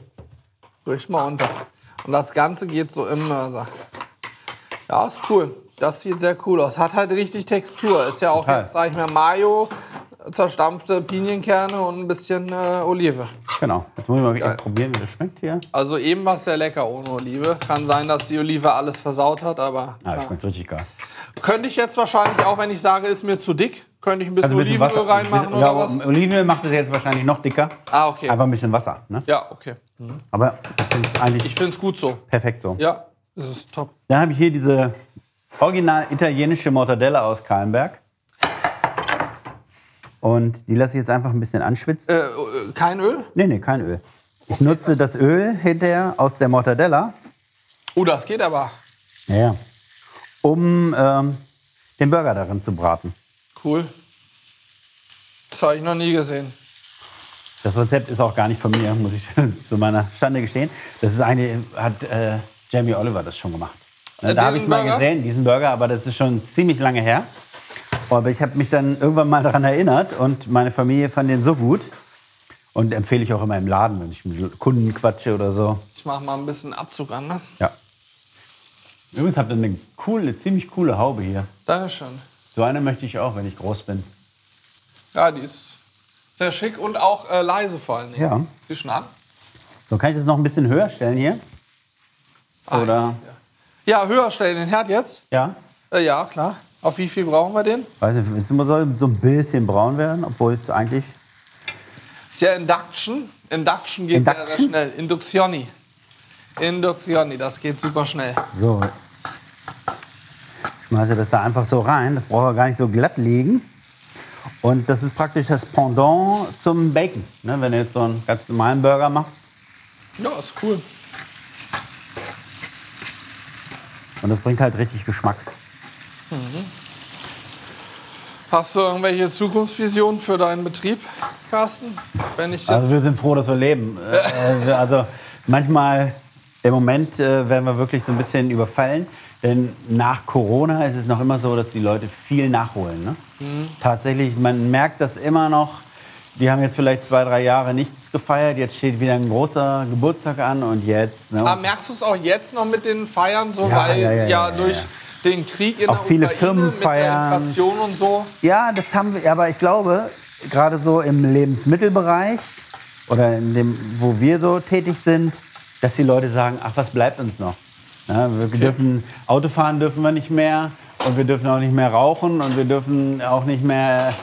Speaker 2: Rühr ich mal unter. Und das Ganze geht so im Mörser. Ja, ist cool. Das sieht sehr cool aus. Hat halt richtig Textur. Ist ja auch
Speaker 1: Total.
Speaker 2: jetzt, sag ich mal, Mayo, zerstampfte Pinienkerne und ein bisschen äh, Olive.
Speaker 1: Genau. Jetzt muss ich mal eben probieren, wie das schmeckt hier.
Speaker 2: Also eben war es sehr lecker ohne Olive. Kann sein, dass die Olive alles versaut hat, aber
Speaker 1: Ah, das
Speaker 2: ja.
Speaker 1: schmeckt richtig geil.
Speaker 2: könnte ich jetzt wahrscheinlich auch, wenn ich sage, ist mir zu dick, könnte ich ein bisschen,
Speaker 1: ein bisschen
Speaker 2: Olivenöl
Speaker 1: Also Wasser-
Speaker 2: reinmachen
Speaker 1: ja,
Speaker 2: oder was?
Speaker 1: aber Olivenöl macht es jetzt wahrscheinlich noch dicker.
Speaker 2: Ah, okay.
Speaker 1: Einfach ein bisschen Wasser. Ne?
Speaker 2: Ja, okay.
Speaker 1: Aber ich finde es eigentlich
Speaker 2: Ich finde es gut so.
Speaker 1: perfekt so.
Speaker 2: Ja, es ist top.
Speaker 1: Dann habe ich hier diese original italienische Mortadella aus Kallenberg. Und die lasse ich jetzt einfach ein bisschen anschwitzen.
Speaker 2: Äh, äh, kein Öl?
Speaker 1: Nee, nee, kein Öl. Ich nutze das Öl hinterher aus der Mortadella,
Speaker 2: Oh, das geht aber.
Speaker 1: ja, ja, um ähm, den Burger darin zu braten.
Speaker 2: Cool. Das habe ich noch nie gesehen.
Speaker 1: Das Rezept ist auch gar nicht von mir, muss ich [laughs] zu meiner Schande gestehen. Das ist eigentlich, hat äh, Jamie Oliver das schon gemacht. Ne,
Speaker 2: Äh,
Speaker 1: da habe ich
Speaker 2: diesen
Speaker 1: es mal
Speaker 2: Burger?
Speaker 1: gesehen, diesen Burger, aber das ist schon ziemlich lange her. Aber ich habe mich dann irgendwann mal daran erinnert und meine Familie fand den so gut. Und empfehle ich auch immer im Laden, wenn ich mit Kunden quatsche oder so.
Speaker 2: Ich mache mal ein bisschen Abzug an, ne?
Speaker 1: Ja. Übrigens habt ihr eine coole, ziemlich coole Haube hier.
Speaker 2: Dankeschön.
Speaker 1: So eine möchte ich auch, wenn ich groß bin.
Speaker 2: Ja, die ist sehr schick und auch äh, leise vor allen Dingen.
Speaker 1: Ja.
Speaker 2: Die schon an?
Speaker 1: So, kann ich das noch ein bisschen höher stellen hier?
Speaker 2: Ah,
Speaker 1: Oder?
Speaker 2: Ja, höher stellen den Herd jetzt.
Speaker 1: Ja.
Speaker 2: Äh, ja, klar. Auf wie viel brauchen wir den?
Speaker 1: Weiß nicht, es muss so so ein bisschen braun werden, obwohl es eigentlich
Speaker 2: Ist ja Induction. Induction geht sehr, sehr
Speaker 1: Induction?
Speaker 2: schnell. Inductioni. Inductioni, das geht super schnell.
Speaker 1: so. Ich schmeiße das da einfach so rein. Das braucht ja gar nicht so glatt liegen. Und das ist praktisch das Pendant zum Bacon. Ne, wenn du jetzt so einen ganz normalen Burger machst.
Speaker 2: Ja, ist cool.
Speaker 1: Und das bringt halt richtig Geschmack.
Speaker 2: Hast du irgendwelche Zukunftsvisionen für deinen Betrieb, Carsten? Wenn ich jetzt
Speaker 1: Also wir sind froh, dass wir leben. Äh, äh, also manchmal, im Moment äh, werden wir wirklich so ein bisschen überfallen. Denn nach Corona ist es noch immer so, dass die Leute viel nachholen. Ne? Tatsächlich, man merkt das immer noch. Die haben jetzt vielleicht zwei, drei Jahre nichts gefeiert. Jetzt steht wieder ein großer Geburtstag an und jetzt. Ne?
Speaker 2: Aber Ah, merkst du es auch jetzt noch mit den Feiern, so
Speaker 1: Ja,
Speaker 2: weil
Speaker 1: ja,
Speaker 2: ja,
Speaker 1: ja, ja, ja,
Speaker 2: durch
Speaker 1: ja.
Speaker 2: den Krieg in
Speaker 1: Auch
Speaker 2: der
Speaker 1: viele
Speaker 2: Ukraine
Speaker 1: Firmen
Speaker 2: mit
Speaker 1: feiern.
Speaker 2: der Inflation und so.
Speaker 1: Ja, das haben wir, aber ich glaube, gerade so im Lebensmittelbereich oder in dem, wo wir so tätig sind, dass die Leute sagen, ach, was bleibt uns noch? Ja, wir dürfen Auto fahren dürfen wir nicht mehr und wir dürfen auch nicht mehr rauchen und wir dürfen auch nicht mehr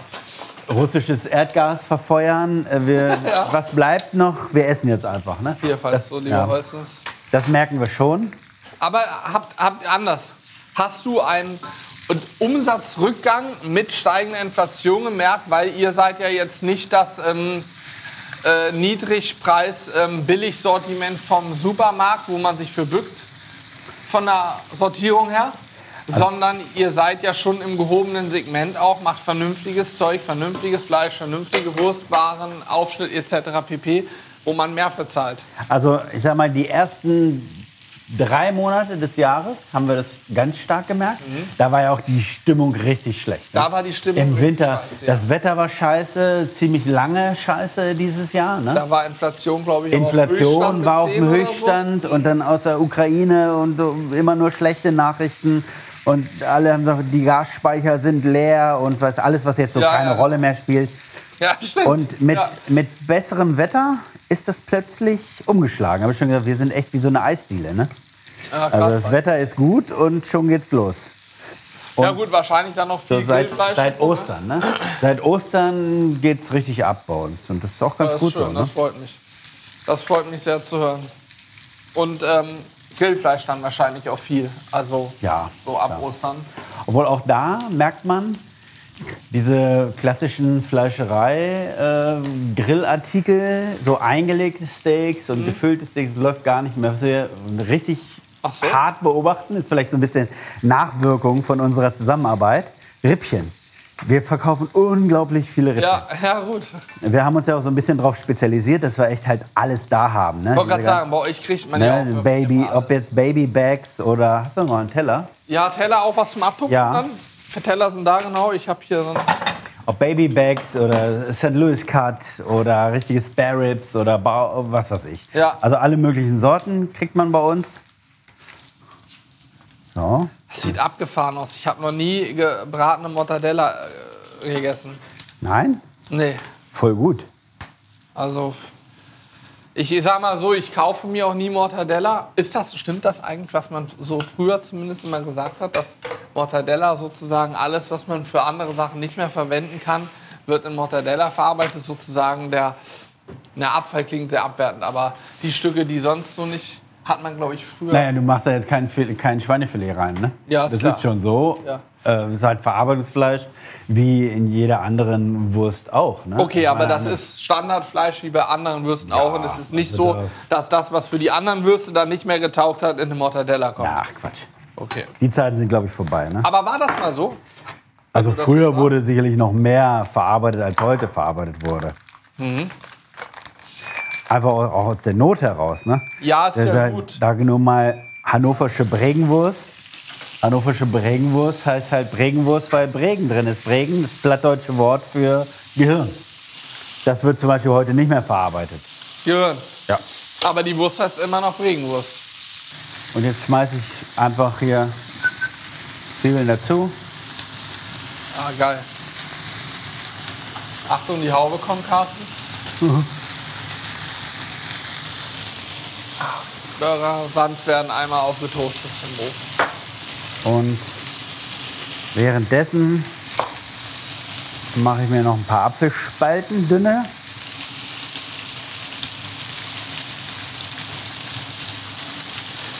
Speaker 1: russisches Erdgas verfeuern. Äh, Wir, Was bleibt noch? Wir essen jetzt einfach. Ne?
Speaker 2: Vielfalt
Speaker 1: das,
Speaker 2: so
Speaker 1: ja,
Speaker 2: lieber ja.
Speaker 1: das merken wir schon.
Speaker 2: Aber habt, habt anders. Hast du einen Umsatzrückgang mit steigender Inflation gemerkt, weil ihr seid ja jetzt nicht das ähm, äh, Niedrigpreis ähm, Billigsortiment vom Supermarkt, wo man sich für bückt von der Sortierung her, sondern ihr seid ja schon im gehobenen Segment auch, macht vernünftiges Zeug, vernünftiges Fleisch, vernünftige Wurstwaren, Aufschnitt etc. pp, wo man mehr bezahlt.
Speaker 1: Also ich sag mal, die ersten drei Monate des Jahres haben wir das ganz stark gemerkt. Da war ja auch die Stimmung richtig schlecht.
Speaker 2: Mhm.
Speaker 1: ne?
Speaker 2: Da war die Stimmung
Speaker 1: Im
Speaker 2: richtig
Speaker 1: Winter,
Speaker 2: scheiße, ja.
Speaker 1: das Wetter war scheiße, ziemlich lange scheiße dieses Jahr. Ne?
Speaker 2: Da war Inflation, glaube ich, aber auf Höchststand
Speaker 1: Inflation
Speaker 2: mit
Speaker 1: war auf dem
Speaker 2: 10 oder so.
Speaker 1: Höchststand und dann aus der Ukraine und um, immer nur schlechte Nachrichten. Und alle haben gesagt, die Gasspeicher sind leer und was, alles, was jetzt so
Speaker 2: Ja,
Speaker 1: keine
Speaker 2: ja.
Speaker 1: Rolle mehr spielt.
Speaker 2: Ja, [laughs] stimmt.
Speaker 1: Und mit,
Speaker 2: ja.
Speaker 1: mit besserem Wetter ist das plötzlich umgeschlagen. Habe ich schon gesagt, wir sind echt wie so eine Eisdiele. Ne?
Speaker 2: Ja, krass,
Speaker 1: Also das Wetter ist gut und schon geht's los.
Speaker 2: ja gut, wahrscheinlich dann noch viel
Speaker 1: So seit,
Speaker 2: Grillfleisch.
Speaker 1: seit
Speaker 2: und
Speaker 1: Ostern, ne? Seit Ostern geht's richtig ab bei uns. Und das ist auch
Speaker 2: so, ne?
Speaker 1: ganz
Speaker 2: Das ist
Speaker 1: gut
Speaker 2: schön,
Speaker 1: so, ne?
Speaker 2: das freut mich. Das freut mich sehr zu hören. Und ähm, Grillfleisch dann wahrscheinlich auch viel. Also
Speaker 1: Ja,
Speaker 2: so ab
Speaker 1: ja.
Speaker 2: Ostern.
Speaker 1: Obwohl auch da merkt man, diese klassischen Fleischerei-Grillartikel, so eingelegte Steaks
Speaker 2: Mhm.
Speaker 1: und gefüllte Steaks, das läuft gar nicht mehr. Was wir richtig
Speaker 2: Ach so.
Speaker 1: hart beobachten, ist vielleicht so ein bisschen Nachwirkung von unserer Zusammenarbeit. Rippchen. Wir verkaufen unglaublich viele Rippchen.
Speaker 2: Ja, ja, gut.
Speaker 1: Wir haben uns ja auch so ein bisschen darauf spezialisiert, dass wir echt halt alles da haben. Ne?
Speaker 2: Ich wollte gerade
Speaker 1: Diese
Speaker 2: sagen, bei euch kriegt man ja auch.
Speaker 1: ganzen- Ne,
Speaker 2: wirklich
Speaker 1: Baby,
Speaker 2: immer alles.
Speaker 1: ob jetzt Babybags oder hast du noch einen Teller?
Speaker 2: Ja, Teller auch was zum Abtupfen
Speaker 1: Ja.
Speaker 2: dann? Für Teller sind da genau. Ich habe hier sonst.
Speaker 1: Ob Babybags oder St. Louis Cut oder richtige Spare Ribs oder Bau, was weiß ich.
Speaker 2: Ja.
Speaker 1: Also alle möglichen Sorten kriegt man bei uns. So.
Speaker 2: Das sieht abgefahren aus. Ich habe noch nie gebratene Mortadella äh, gegessen.
Speaker 1: Nein?
Speaker 2: Nee,
Speaker 1: Voll gut.
Speaker 2: also. Ich sag mal so, ich kaufe mir auch nie Mortadella. Ist das, stimmt das eigentlich, was man so früher zumindest immer gesagt hat, dass Mortadella sozusagen alles, was man für andere Sachen nicht mehr verwenden kann, wird in Mortadella verarbeitet, sozusagen der, na, Abfall klingt sehr abwertend, aber die Stücke, die sonst so nicht, hat man, glaube ich, früher.
Speaker 1: Naja, du machst da jetzt kein, Fil- kein Schweinefilet rein, ne?
Speaker 2: Ja, ist
Speaker 1: Das
Speaker 2: klar.
Speaker 1: ist schon so.
Speaker 2: Ja.
Speaker 1: Äh, ist halt Verarbeitungsfleisch, wie in jeder anderen Wurst auch, ne?
Speaker 2: Okay,
Speaker 1: Ich
Speaker 2: aber
Speaker 1: meine,
Speaker 2: das ist Standardfleisch wie bei anderen Würsten auch. Und es ist nicht
Speaker 1: also
Speaker 2: so,
Speaker 1: da-
Speaker 2: dass das, was für die anderen Würste dann nicht mehr getaucht hat, in eine Mortadella kommt.
Speaker 1: Ach, Quatsch.
Speaker 2: Okay.
Speaker 1: Die Zeiten sind, glaube ich, vorbei, ne?
Speaker 2: Aber war das mal so?
Speaker 1: Also
Speaker 2: das
Speaker 1: früher
Speaker 2: war-
Speaker 1: wurde sicherlich noch mehr verarbeitet, als heute verarbeitet wurde.
Speaker 2: Mhm.
Speaker 1: Einfach au- auch aus der Not heraus, ne?
Speaker 2: Ja, ist
Speaker 1: Da-
Speaker 2: ja
Speaker 1: da,
Speaker 2: gut.
Speaker 1: Da nur mal hannoversche Bregenwurst. Hannoversche Bregenwurst heißt halt Bregenwurst, weil Bregen drin ist. Bregen ist das plattdeutsche Wort für Gehirn. Das wird zum Beispiel heute nicht mehr verarbeitet.
Speaker 2: Gehirn.
Speaker 1: Ja.
Speaker 2: Aber die Wurst heißt immer noch Regenwurst.
Speaker 1: Und jetzt schmeiße ich einfach hier Zwiebeln dazu.
Speaker 2: Ah, geil. Achtung, die Haube kommt, Carsten. Ah, Burger, Sand werden einmal aufgetoastet im Ofen.
Speaker 1: Und währenddessen mache ich mir noch ein paar Apfelspalten dünne.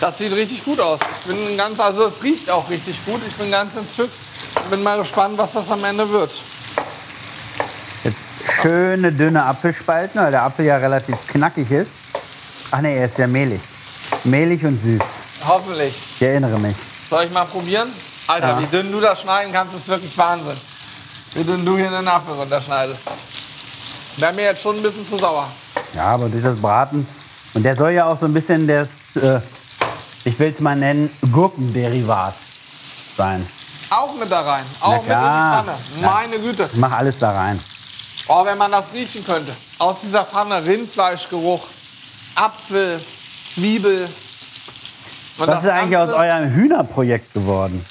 Speaker 2: Das sieht richtig gut aus. Ich bin ganz, also es riecht auch richtig gut. Ich bin ganz entzückt. Bin mal gespannt, was das am Ende wird.
Speaker 1: Jetzt schöne dünne Apfelspalten, weil der Apfel ja relativ knackig ist. Ach nee, er ist ja mehlig. Mehlig und süß.
Speaker 2: Hoffentlich.
Speaker 1: Ich erinnere mich.
Speaker 2: Soll ich mal probieren? Alter,
Speaker 1: Ja.
Speaker 2: wie dünn du das schneiden kannst, ist wirklich Wahnsinn. Wie dünn du hier den Apfel runterschneidest. Wäre mir jetzt schon ein bisschen zu sauer.
Speaker 1: Ja, aber durch das Braten. Und der soll ja auch so ein bisschen das, äh, ich will es mal nennen, Gurkenderivat sein.
Speaker 2: Auch mit da rein.
Speaker 1: Na
Speaker 2: Auch mit in die
Speaker 1: klar.
Speaker 2: Pfanne.
Speaker 1: Na.
Speaker 2: Meine Güte.
Speaker 1: Ich mache alles da rein.
Speaker 2: Oh, wenn man das riechen könnte. Aus dieser Pfanne Rindfleischgeruch, Apfel, Zwiebel. Und
Speaker 1: Was ist eigentlich aus
Speaker 2: Ganze-
Speaker 1: eurem Hühnerprojekt geworden?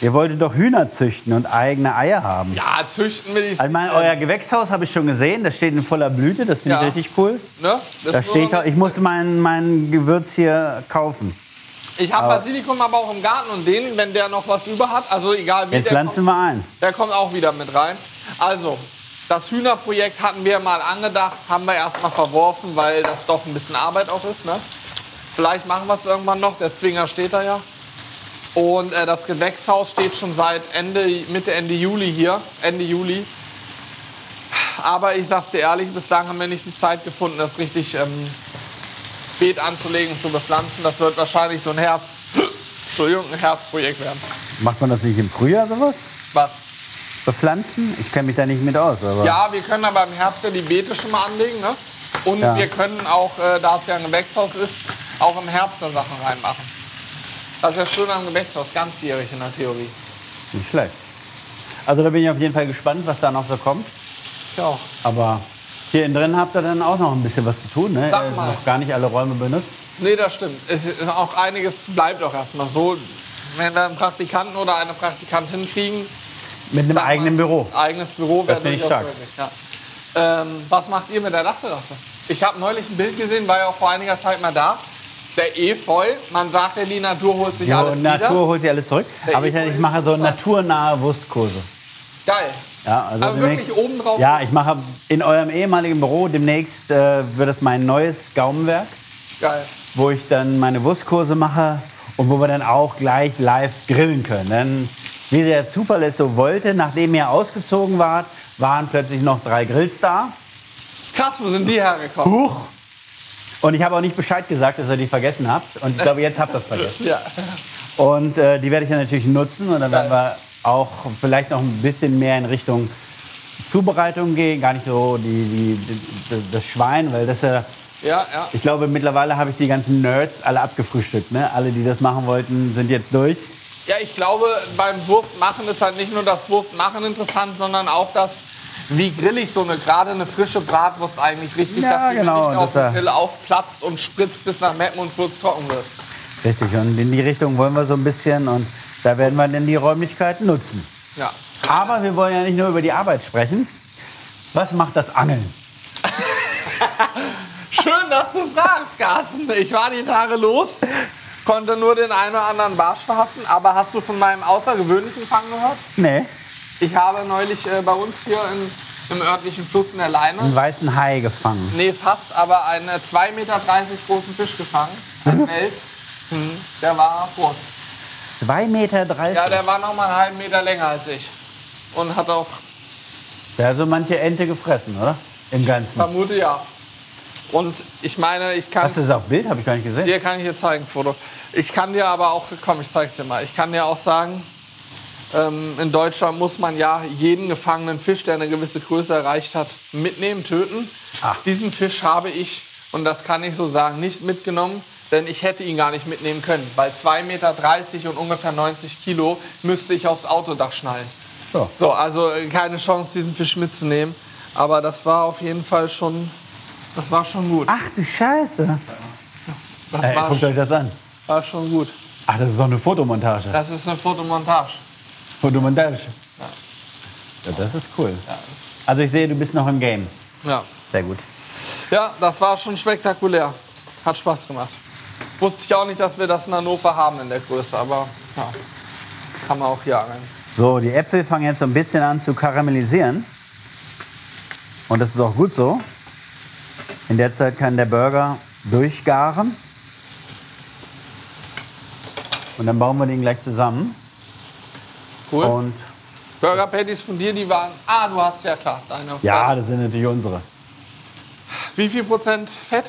Speaker 1: Ihr wolltet doch Hühner züchten und eigene Eier haben.
Speaker 2: Ja, züchten will ich.
Speaker 1: Also ich meine, euer Gewächshaus habe ich schon gesehen, das steht in voller Blüte, das finde
Speaker 2: Ja.
Speaker 1: ich richtig cool.
Speaker 2: Ne? Das
Speaker 1: Da
Speaker 2: ist nur
Speaker 1: stehe ich,
Speaker 2: noch
Speaker 1: auch- ich muss mein, mein Gewürz hier kaufen.
Speaker 2: Ich habe Basilikum aber auch im Garten und den, wenn der noch was über hat, also egal wie
Speaker 1: Jetzt
Speaker 2: der
Speaker 1: pflanzen wir ein.
Speaker 2: kommt, der kommt auch wieder mit rein. Also, das Hühnerprojekt hatten wir mal angedacht, haben wir erstmal verworfen, weil das doch ein bisschen Arbeit auch ist. Ne? Vielleicht machen wir es irgendwann noch, der Zwinger steht da ja. Und äh, das Gewächshaus steht schon seit Ende, Mitte, Ende Juli hier, Ende Juli. Aber ich sag's dir ehrlich, bislang haben wir nicht die Zeit gefunden, das richtig ähm, Beet anzulegen und zu bepflanzen. Das wird wahrscheinlich so ein Herbst, [clears throat] Entschuldigung, ein Herbstprojekt werden.
Speaker 1: Macht man das nicht im Frühjahr sowas?
Speaker 2: Was?
Speaker 1: Bepflanzen? Ich kenne mich da nicht mit aus. Aber
Speaker 2: Ja, wir können aber im Herbst ja die Beete schon mal anlegen, ne? Und
Speaker 1: Ja.
Speaker 2: wir können auch, äh, da es ja ein Gewächshaus ist, auch im Herbst dann Sachen reinmachen. Das ist ja schön am Gewächshaus, ganzjährig in der Theorie.
Speaker 1: Nicht schlecht. Also da bin ich auf jeden Fall gespannt, was da noch so kommt.
Speaker 2: Ich auch.
Speaker 1: Aber hier innen drin habt ihr dann auch noch ein bisschen was zu tun. Ne?
Speaker 2: Sag
Speaker 1: Ihr habt
Speaker 2: mal.
Speaker 1: Noch gar nicht alle Räume benutzt.
Speaker 2: Nee, das stimmt. Es ist auch einiges bleibt auch erstmal so. Wenn wir einen Praktikanten oder eine Praktikantin kriegen,
Speaker 1: Mit einem
Speaker 2: sag mal,
Speaker 1: eigenen Büro.
Speaker 2: Eigenes Büro wäre
Speaker 1: Das finde ich
Speaker 2: durchaus
Speaker 1: stark.
Speaker 2: möglich. Ja. Ähm, was macht ihr mit der Dachterrasse? Ich habe neulich ein Bild gesehen, war ja auch vor einiger Zeit mal da. Der Efeu, man sagt ja, die Natur holt sich
Speaker 1: Ja,
Speaker 2: alles
Speaker 1: und Natur
Speaker 2: wieder.
Speaker 1: holt sie alles zurück.
Speaker 2: Der
Speaker 1: aber ich,
Speaker 2: Efeu
Speaker 1: ich
Speaker 2: ist
Speaker 1: mache so
Speaker 2: super.
Speaker 1: naturnahe Wurstkurse.
Speaker 2: Geil.
Speaker 1: Ja, also
Speaker 2: Aber
Speaker 1: demnächst-
Speaker 2: wirklich obendrauf?
Speaker 1: Ja, ich mache in eurem ehemaligen Büro demnächst äh, wird das mein neues Gaumenwerk,
Speaker 2: Geil.
Speaker 1: wo ich dann meine Wurstkurse mache und wo wir dann auch gleich live grillen können. Dann Wie der Zufall es so wollte, nachdem ihr ausgezogen wart, waren plötzlich noch drei Grills da.
Speaker 2: Krass, wo sind die hergekommen?
Speaker 1: Huch! Und ich habe auch nicht Bescheid gesagt, dass ihr die vergessen habt. Und ich glaube, jetzt habt ihr das vergessen.
Speaker 2: Ja.
Speaker 1: Und äh, die werde ich dann natürlich nutzen. Und dann werden wir auch vielleicht noch ein bisschen mehr in Richtung Zubereitung gehen. Gar nicht so die, die, die, das Schwein, weil das ja.
Speaker 2: Ja, ja.
Speaker 1: Ich glaube, mittlerweile habe ich die ganzen Nerds alle abgefrühstückt. Ne? Alle, die das machen wollten, sind jetzt durch.
Speaker 2: Ja, ich glaube, beim Wurstmachen ist halt nicht nur das Wurstmachen interessant, sondern auch das, wie grillig so eine gerade eine frische Bratwurst eigentlich richtig,
Speaker 1: Ja,
Speaker 2: dass die
Speaker 1: genau,
Speaker 2: nicht
Speaker 1: das,
Speaker 2: auf dem
Speaker 1: äh,
Speaker 2: Grill aufplatzt und spritzt bis nach Meppen und kurz trocken wird.
Speaker 1: Richtig. Und in die Richtung wollen wir so ein bisschen. Und da werden wir dann die Räumlichkeiten nutzen.
Speaker 2: Ja.
Speaker 1: Aber wir wollen ja nicht nur über die Arbeit sprechen. Was macht das Angeln?
Speaker 2: Schön, dass du fragst, Carsten. Ich war die Tage los, konnte nur den einen oder anderen Barsch verhaften, aber hast du von meinem außergewöhnlichen Fang gehört?
Speaker 1: Nee.
Speaker 2: Ich habe neulich äh, bei uns hier in, im örtlichen Fluss in der Leine
Speaker 1: Einen weißen Hai gefangen.
Speaker 2: Nee, fast, aber einen äh, 2,30 Meter großen Fisch gefangen. Ein Wels. Hm, der war groß.
Speaker 1: 2,30 Meter.
Speaker 2: Ja, der war noch mal einen halben Meter länger als ich. Und hat auch,
Speaker 1: Der hat so manche Ente gefressen, oder? Im Ganzen.
Speaker 2: vermute ja. Und ich meine, ich kann.
Speaker 1: Hast du das auf Bild? Habe ich gar nicht gesehen.
Speaker 2: Dir kann ich jetzt zeigen, Foto. Ich kann dir aber auch, komm, ich zeig's dir mal. Ich kann dir auch sagen, ähm, in Deutschland muss man ja jeden gefangenen Fisch, der eine gewisse Größe erreicht hat, mitnehmen, töten.
Speaker 1: Ah.
Speaker 2: Diesen Fisch habe ich, und das kann ich so sagen, nicht mitgenommen, denn ich hätte ihn gar nicht mitnehmen können. Bei 2,30 Meter und ungefähr 90 Kilo müsste ich aufs Autodach schnallen.
Speaker 1: So.
Speaker 2: So, also äh, keine Chance, diesen Fisch mitzunehmen. Aber das war auf jeden Fall schon, das war schon gut.
Speaker 1: Ach du Scheiße.
Speaker 2: Das
Speaker 1: Ey,
Speaker 2: war,
Speaker 1: guckt euch das an.
Speaker 2: war schon gut.
Speaker 1: Ach, das ist doch eine Fotomontage.
Speaker 2: Das ist eine Fotomontage.
Speaker 1: Fotomontage. Ja, das ist cool. Also ich sehe, du bist noch im Game.
Speaker 2: Ja.
Speaker 1: Sehr gut.
Speaker 2: ja, das war schon spektakulär. Hat Spaß gemacht. Wusste ich auch nicht, dass wir das in Hannover haben in der Größe, aber ja, kann man auch hier angeln.
Speaker 1: So, die Äpfel fangen jetzt so ein bisschen an zu karamellisieren. Und das ist auch gut so. In der Zeit kann der Burger durchgaren. Und dann bauen wir den gleich zusammen.
Speaker 2: Cool.
Speaker 1: Und
Speaker 2: Burger Patties von dir, die waren. Ah, du hast ja klar deine.
Speaker 1: ja, das sind natürlich unsere.
Speaker 2: Wie viel Prozent Fett?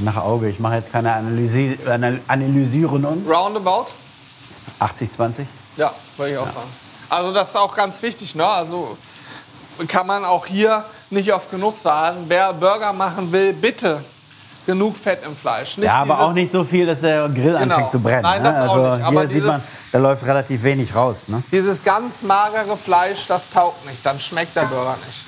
Speaker 1: Nach Auge. Ich mache jetzt keine Analysi Anal Analysieren und.
Speaker 2: Roundabout?
Speaker 1: 80, 20.
Speaker 2: Ja, würde ich auch sagen. Also das ist auch ganz wichtig, ne? Also kann man auch hier nicht oft genug sagen. Wer Burger machen will, bitte genug Fett im Fleisch. Nicht
Speaker 1: Ja, aber
Speaker 2: dieses-
Speaker 1: auch nicht so viel, dass der Grill
Speaker 2: Genau.
Speaker 1: anfängt zu brennen.
Speaker 2: Nein,
Speaker 1: ne?
Speaker 2: das auch
Speaker 1: also
Speaker 2: nicht. Aber
Speaker 1: hier sieht
Speaker 2: dieses-
Speaker 1: man, da läuft relativ wenig raus. Ne?
Speaker 2: Dieses ganz magere Fleisch, das taugt nicht, dann schmeckt der Burger nicht.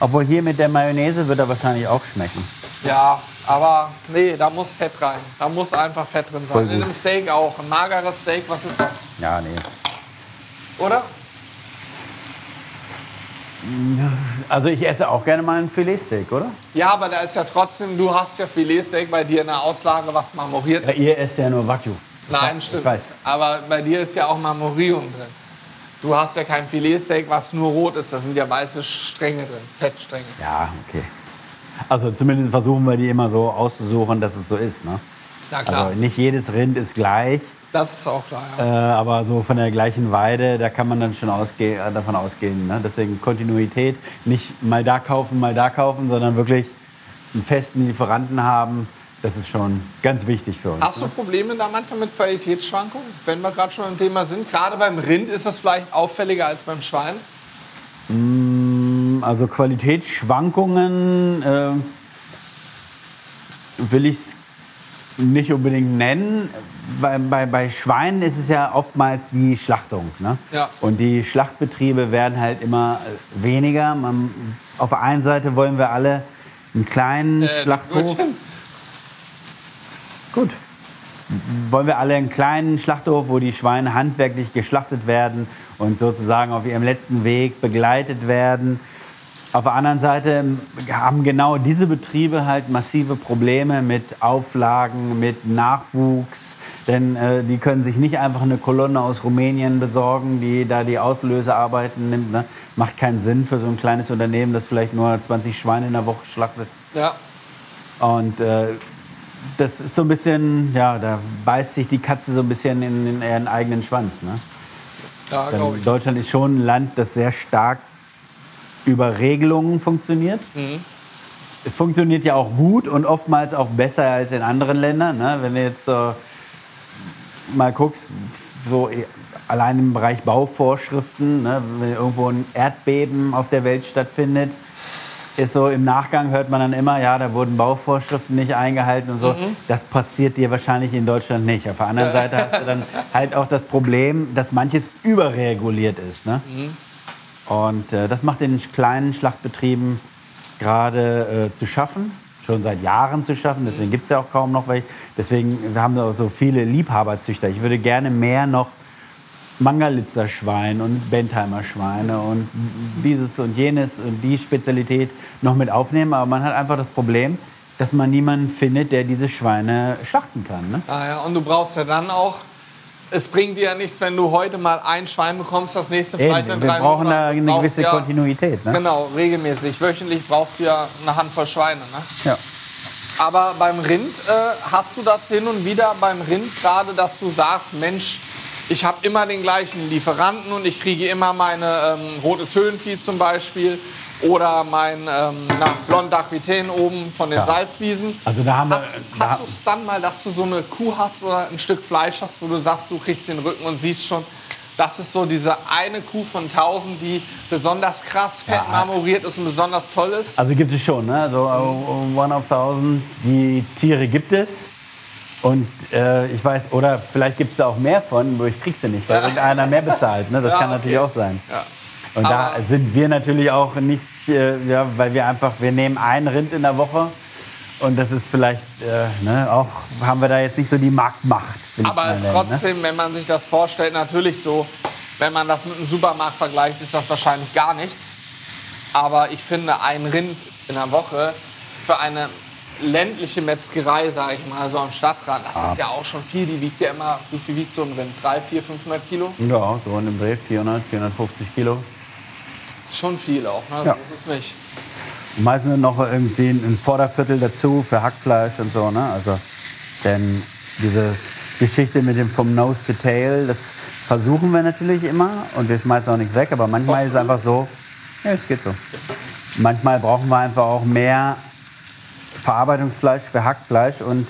Speaker 1: Obwohl hier mit der Mayonnaise wird er wahrscheinlich auch schmecken.
Speaker 2: Ja, aber nee, da muss Fett rein. Da muss einfach Fett drin sein.
Speaker 1: gut.
Speaker 2: In einem Steak auch. Ein mageres Steak, was ist das?
Speaker 1: Ja, nee.
Speaker 2: Oder?
Speaker 1: Also ich esse auch gerne mal ein Filetsteak, oder?
Speaker 2: Ja, aber da ist ja trotzdem, du hast ja Filetsteak bei dir in der Auslage, was marmoriert
Speaker 1: Ja,
Speaker 2: ist.
Speaker 1: ihr esst ja nur Wagyu.
Speaker 2: Nein, stimmt.
Speaker 1: weiß.
Speaker 2: Aber bei dir ist ja auch Marmorierung drin. Du hast ja kein Filetsteak, was nur rot ist. Da sind ja weiße Stränge drin, Fettstränge.
Speaker 1: Ja, okay. Also zumindest versuchen wir die immer so auszusuchen, dass es so ist. Ne?
Speaker 2: Na klar,
Speaker 1: Also nicht jedes Rind ist gleich,
Speaker 2: das ist auch klar.
Speaker 1: äh,
Speaker 2: Ja.
Speaker 1: aber so von der gleichen Weide, da kann man dann schon ausge äh, davon ausgehen. Ne? Deswegen Kontinuität, nicht mal da kaufen, mal da kaufen, sondern wirklich einen festen Lieferanten haben. Das ist schon ganz wichtig für uns.
Speaker 2: Hast du Probleme da manchmal mit Qualitätsschwankungen, wenn wir gerade schon im Thema sind? Gerade beim Rind ist das vielleicht auffälliger als beim Schwein.
Speaker 1: Also Qualitätsschwankungen ähm, will ich es nicht unbedingt nennen. Bei, bei, bei Schweinen ist es ja oftmals die Schlachtung. Ne?
Speaker 2: Ja.
Speaker 1: Und die Schlachtbetriebe werden halt immer äh, weniger. Man, auf der einen Seite wollen wir alle einen kleinen
Speaker 2: Äh,
Speaker 1: Schlachthof.
Speaker 2: Brötchen.
Speaker 1: Gut. Wollen wir alle einen kleinen Schlachthof, wo die Schweine handwerklich geschlachtet werden und sozusagen auf ihrem letzten Weg begleitet werden? Auf der anderen Seite haben genau diese Betriebe halt massive Probleme mit Auflagen, mit Nachwuchs, denn äh, die können sich nicht einfach eine Kolonne aus Rumänien besorgen, die da die Auslösearbeiten nimmt. Ne? Macht keinen Sinn für so ein kleines Unternehmen, das vielleicht nur 20 Schweine in der Woche schlachtet.
Speaker 2: Ja,
Speaker 1: Und äh, das ist so ein bisschen, ja, da beißt sich die Katze so ein bisschen in, in ihren eigenen Schwanz. Ne?
Speaker 2: Ja,
Speaker 1: Denn
Speaker 2: glaube ich.
Speaker 1: Deutschland ist schon ein Land, das sehr stark über Regelungen funktioniert. Es funktioniert ja auch gut und oftmals auch besser als in anderen Ländern. Ne? Wenn du jetzt so mal guckst, so eh- allein im Bereich Bauvorschriften, ne? wenn irgendwo ein Erdbeben auf der Welt stattfindet, ist so im Nachgang hört man dann immer, ja, da wurden Bauvorschriften nicht eingehalten und so. Das passiert dir wahrscheinlich in Deutschland nicht. Auf der anderen Seite hast du dann halt auch das Problem, dass manches überreguliert ist. Ne? Und äh, das macht den kleinen Schlachtbetrieben gerade äh, zu schaffen, schon seit Jahren zu schaffen. Deswegen gibt es ja auch kaum noch welche. Deswegen haben wir auch so viele Liebhaberzüchter. Ich würde gerne mehr noch Mangalitzer Schwein und Bentheimer Schweine und dieses und jenes und die Spezialität noch mit aufnehmen. Aber man hat einfach das Problem, dass man niemanden findet, der diese Schweine schlachten kann. Ne?
Speaker 2: Ah, ja, und du brauchst ja dann auch. Es bringt dir ja nichts, wenn du heute mal ein Schwein bekommst, das nächste vielleicht in
Speaker 1: Eben, wir
Speaker 2: drei
Speaker 1: brauchen da
Speaker 2: Monaten.
Speaker 1: eine
Speaker 2: Du brauchst
Speaker 1: gewisse
Speaker 2: ja,
Speaker 1: Kontinuität. Ne?
Speaker 2: Genau, regelmäßig. Wöchentlich brauchst du ja eine Handvoll Schweine. Ne?
Speaker 1: Ja.
Speaker 2: Aber beim Rind äh, hast du das hin und wieder beim Rind gerade, dass du sagst, Mensch, ich habe immer den gleichen Lieferanten und ich kriege immer meine ähm, rotes Höhenvieh zum Beispiel oder mein ähm, na, Blond d'Aquitaine oben von den Salzwiesen.
Speaker 1: Also da haben wir-
Speaker 2: hast
Speaker 1: da-
Speaker 2: hast du es dann mal, dass du so eine Kuh hast oder ein Stück Fleisch hast, wo du sagst, du kriegst den Rücken und siehst schon, das ist so diese eine Kuh von 1000, die besonders krass fett marmoriert ist und besonders toll ist.
Speaker 1: Also gibt es schon, ne? So äh, One of Thousand, die Tiere gibt es. Und äh, ich weiß, oder vielleicht gibt es da auch mehr von, wo ich krieg sie nicht, weil irgendeiner mehr bezahlt. Ne? Das
Speaker 2: Ja,
Speaker 1: kann natürlich
Speaker 2: okay.
Speaker 1: auch sein.
Speaker 2: Ja.
Speaker 1: Und da
Speaker 2: Aber-
Speaker 1: sind wir natürlich auch nicht, äh, ja, weil wir einfach, wir nehmen ein Rind in der Woche und das ist vielleicht, äh, ne, auch haben wir da jetzt nicht so die Marktmacht. will ich
Speaker 2: Aber
Speaker 1: mal
Speaker 2: es
Speaker 1: nennen, ne?
Speaker 2: trotzdem, wenn man sich das vorstellt, natürlich so, wenn man das mit einem Supermarkt vergleicht, ist das wahrscheinlich gar nichts. Aber ich finde, ein Rind in der Woche für eine ländliche Metzgerei, sage ich mal, so am Stadtrand, das
Speaker 1: Ah.
Speaker 2: ist ja auch schon viel. Die wiegt ja immer, wie viel wiegt so ein Rind? 300, 400, 500 Kilo?
Speaker 1: Ja, so in dem Dreh 400, 450 Kilo.
Speaker 2: Schon viel auch, ne?
Speaker 1: Ja.
Speaker 2: Das ist nicht.
Speaker 1: Meistens noch irgendwie ein Vorderviertel dazu für Hackfleisch und so, ne? Also, denn diese Geschichte mit dem vom Nose to Tail, das versuchen wir natürlich immer und wir schmeißen auch nichts weg, aber manchmal ist es einfach so, ja, es geht so. Manchmal brauchen wir einfach auch mehr Verarbeitungsfleisch für Hackfleisch und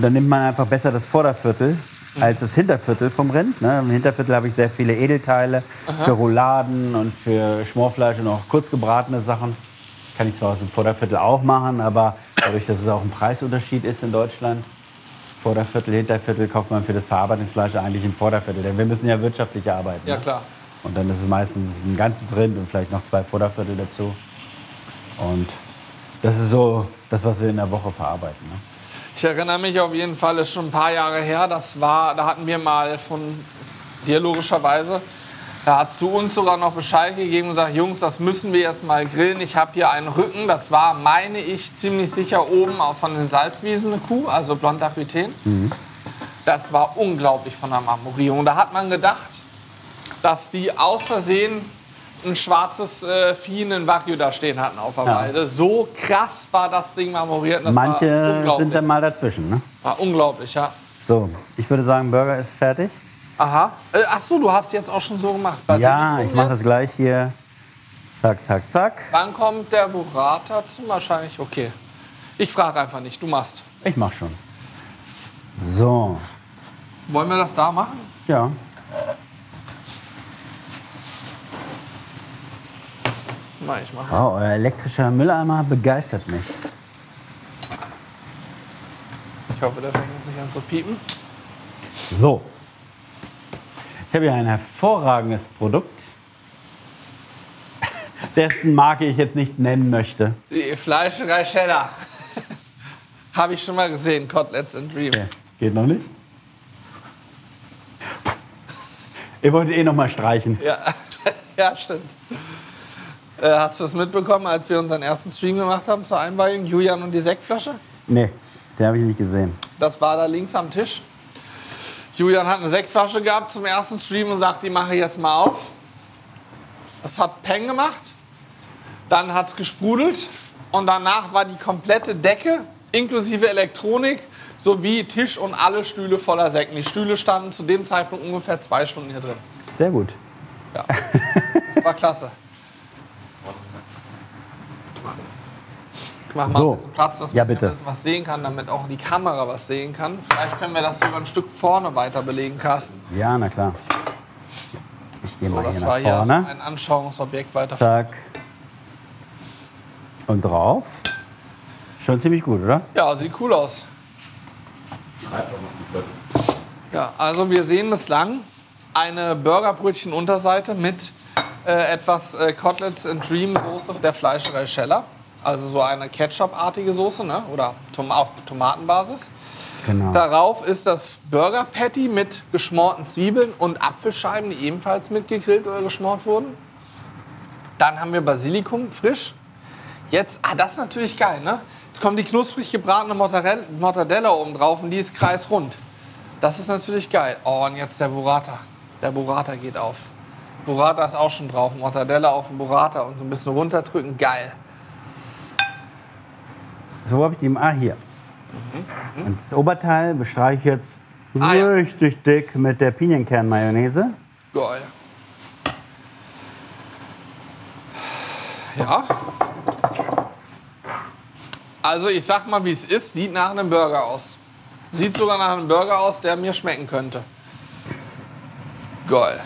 Speaker 1: dann nimmt man einfach besser das Vorderviertel als das Hinterviertel vom Rind. Ne? Im Hinterviertel habe ich sehr viele Edelteile für Rouladen und für Schmorfleisch und auch kurzgebratene Sachen. Kann ich zwar aus dem Vorderviertel auch machen, aber dadurch, dass es auch ein Preisunterschied ist in Deutschland, Vorderviertel, Hinterviertel kauft man für das Verarbeitungsfleisch eigentlich im Vorderviertel. Denn wir müssen ja wirtschaftlich arbeiten.
Speaker 2: Ja,
Speaker 1: ne?
Speaker 2: klar.
Speaker 1: Und dann ist es meistens ein ganzes Rind und vielleicht noch zwei Vorderviertel dazu. Und das ist so das, was wir in der Woche verarbeiten. Ne?
Speaker 2: Ich erinnere mich auf jeden Fall, ist schon ein paar Jahre her. Das war, da hatten wir mal von dir logischerweise, da hast du uns sogar noch Bescheid gegeben und gesagt, Jungs, das müssen wir jetzt mal grillen. Ich habe hier einen Rücken. Das war, meine ich, ziemlich sicher oben auch von den Salzwiesen eine Kuh, also Blond d'Aquitaine.
Speaker 1: Mhm.
Speaker 2: Das war unglaublich von der Marmorierung. Da hat man gedacht, dass die aus Versehen ein schwarzes äh, Vieh, einen Wagyu da stehen hatten auf der
Speaker 1: Ja.
Speaker 2: Weide. So krass war das Ding marmoriert. und Das war
Speaker 1: Manche
Speaker 2: unglaublich.
Speaker 1: sind dann mal dazwischen. Ne?
Speaker 2: War unglaublich, ja.
Speaker 1: So, ich würde sagen, Burger ist fertig.
Speaker 2: Aha. Äh, ach so, du hast jetzt auch schon so gemacht.
Speaker 1: Ja, ich mache
Speaker 2: das.
Speaker 1: das gleich hier. Zack, zack, zack.
Speaker 2: Wann kommt der Burrata zu? Wahrscheinlich, okay. Ich frage einfach nicht, du machst.
Speaker 1: Ich mach schon. So,
Speaker 2: Wollen wir das da machen?
Speaker 1: ja.
Speaker 2: Nein, ich mache.
Speaker 1: Oh, euer elektrischer Mülleimer begeistert mich.
Speaker 2: Ich hoffe, der fängt jetzt nicht an zu piepen.
Speaker 1: So. Ich habe hier ein hervorragendes Produkt, [laughs] dessen Marke ich jetzt nicht nennen möchte.
Speaker 2: Die Fleischerei [laughs] Cheddar. Habe ich schon mal gesehen, Kotlets and Dream.
Speaker 1: Okay, Geht noch nicht? Ihr wolltet eh noch mal streichen.
Speaker 2: Ja, [laughs] ja stimmt. Äh, hast du es mitbekommen, als wir unseren ersten Stream gemacht haben zur Einweihung? Julian und die Sektflasche?
Speaker 1: Nee, den habe ich nicht gesehen.
Speaker 2: Das war da links am Tisch. Julian hat eine Sektflasche gehabt zum ersten Stream und sagt, die mache ich jetzt mal auf. Das hat Peng gemacht. Dann hat es gesprudelt. Und danach war die komplette Decke inklusive Elektronik sowie Tisch und alle Stühle voller Sekt. Die Stühle standen zu dem Zeitpunkt ungefähr zwei Stunden hier drin.
Speaker 1: Sehr gut.
Speaker 2: Ja. Das war klasse. Mach mal
Speaker 1: So.
Speaker 2: ein bisschen Platz, dass
Speaker 1: Ja,
Speaker 2: man hier
Speaker 1: bitte.
Speaker 2: ein bisschen was sehen kann, damit auch die Kamera was sehen kann. Vielleicht können wir das sogar ein Stück vorne weiter belegen, Carsten.
Speaker 1: Ja, na klar. Ich gehe
Speaker 2: So,
Speaker 1: mal
Speaker 2: das
Speaker 1: hier
Speaker 2: war
Speaker 1: nach
Speaker 2: hier
Speaker 1: vorne.
Speaker 2: ein Anschauungsobjekt weiter. vorne.
Speaker 1: Zack. Und drauf. Schon ziemlich gut, oder?
Speaker 2: Ja, sieht cool aus.
Speaker 3: Schreibt doch mal Feedback.
Speaker 2: Ja, also wir sehen bislang eine Burgerbrötchen-Unterseite mit äh, etwas äh, Cutlets and Dream Soße der Fleischerei Scheller. Also so eine Ketchup-artige Soße, ne? oder Tom auf Tomatenbasis.
Speaker 1: Genau.
Speaker 2: Darauf ist das Burger Patty mit geschmorten Zwiebeln und Apfelscheiben, die ebenfalls mitgegrillt oder geschmort wurden. Dann haben wir Basilikum frisch. Jetzt, ah, das ist natürlich geil, ne? Jetzt kommt die knusprig gebratene Mortadella, Mortadella oben drauf und die ist kreisrund. Das ist natürlich geil. Oh, und jetzt der Burrata. Der Burrata geht auf. Burrata ist auch schon drauf. Mortadella auf den Burrata und so ein bisschen runterdrücken. Geil.
Speaker 1: So habe ich die. Ah, hier. Und das Oberteil bestreiche ich jetzt
Speaker 2: Mhm. Ah, ja.
Speaker 1: richtig dick mit der Pinienkern-Mayonnaise.
Speaker 2: Geil. Ja. Also ich sag mal, wie es ist, sieht nach einem Burger aus. Sieht sogar nach einem Burger aus, der mir schmecken könnte. Geil.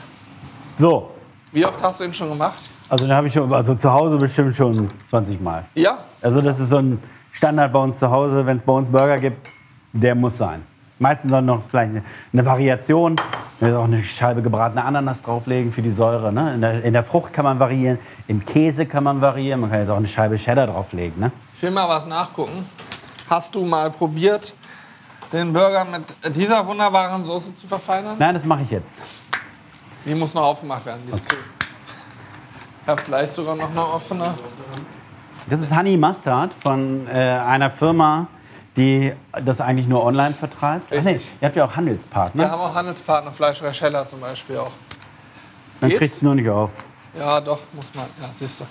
Speaker 1: So,
Speaker 2: Wie oft hast du ihn schon gemacht?
Speaker 1: also den habe ich schon- also zu Hause bestimmt schon 20 Mal.
Speaker 2: Ja.
Speaker 1: Also das ist so ein Standard bei uns zu Hause, wenn es bei uns Burger gibt, der muss sein. Meistens dann noch vielleicht eine, eine Variation, also auch eine Scheibe gebratene Ananas drauflegen für die Säure. Ne? In, der, in der Frucht kann man variieren, im Käse kann man variieren, man kann jetzt auch eine Scheibe Cheddar drauflegen. Ne?
Speaker 2: Ich will mal was nachgucken. Hast du mal probiert, den Burger mit dieser wunderbaren Soße zu verfeinern?
Speaker 1: Nein, das mache ich jetzt.
Speaker 2: Die muss noch aufgemacht werden. Die ist zu. Ich hab vielleicht sogar noch eine offene.
Speaker 1: Das ist Honey Mustard von äh, einer Firma, die das eigentlich nur online vertreibt. Ach nee,
Speaker 2: Richtig.
Speaker 1: ihr habt ja auch Handelspartner.
Speaker 2: Wir haben auch Handelspartner, Fleischerei Scheller zum Beispiel auch.
Speaker 1: Dann
Speaker 2: geht.
Speaker 1: kriegt es nur nicht auf.
Speaker 2: Ja, doch, muss man. Ja, siehst du.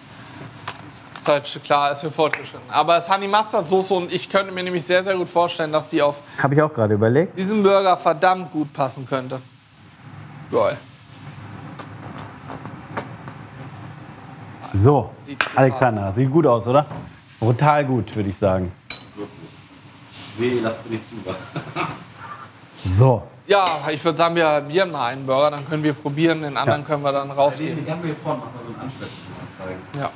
Speaker 2: Ist halt schon klar, ist für fortgeschritten. Aber es ist Honey Mustard Soße und ich könnte mir nämlich sehr, sehr gut vorstellen, dass die auf
Speaker 1: Habe ich auch gerade überlegt.
Speaker 2: diesen Burger verdammt gut passen könnte. Geil.
Speaker 1: So,
Speaker 2: Sieht gut
Speaker 1: Alexander, sieht gut aus, oder? Brutal gut, würde ich sagen.
Speaker 3: Wirklich. Nee, lass mir nicht zu.
Speaker 1: So,
Speaker 2: Ja, ich würde sagen, wir halbieren mal einen Burger, dann können wir probieren, den anderen können wir dann rausgeben.
Speaker 3: Den haben wir vorne, machen wir so einen Anschleppchen mal zeigen.
Speaker 2: Ja.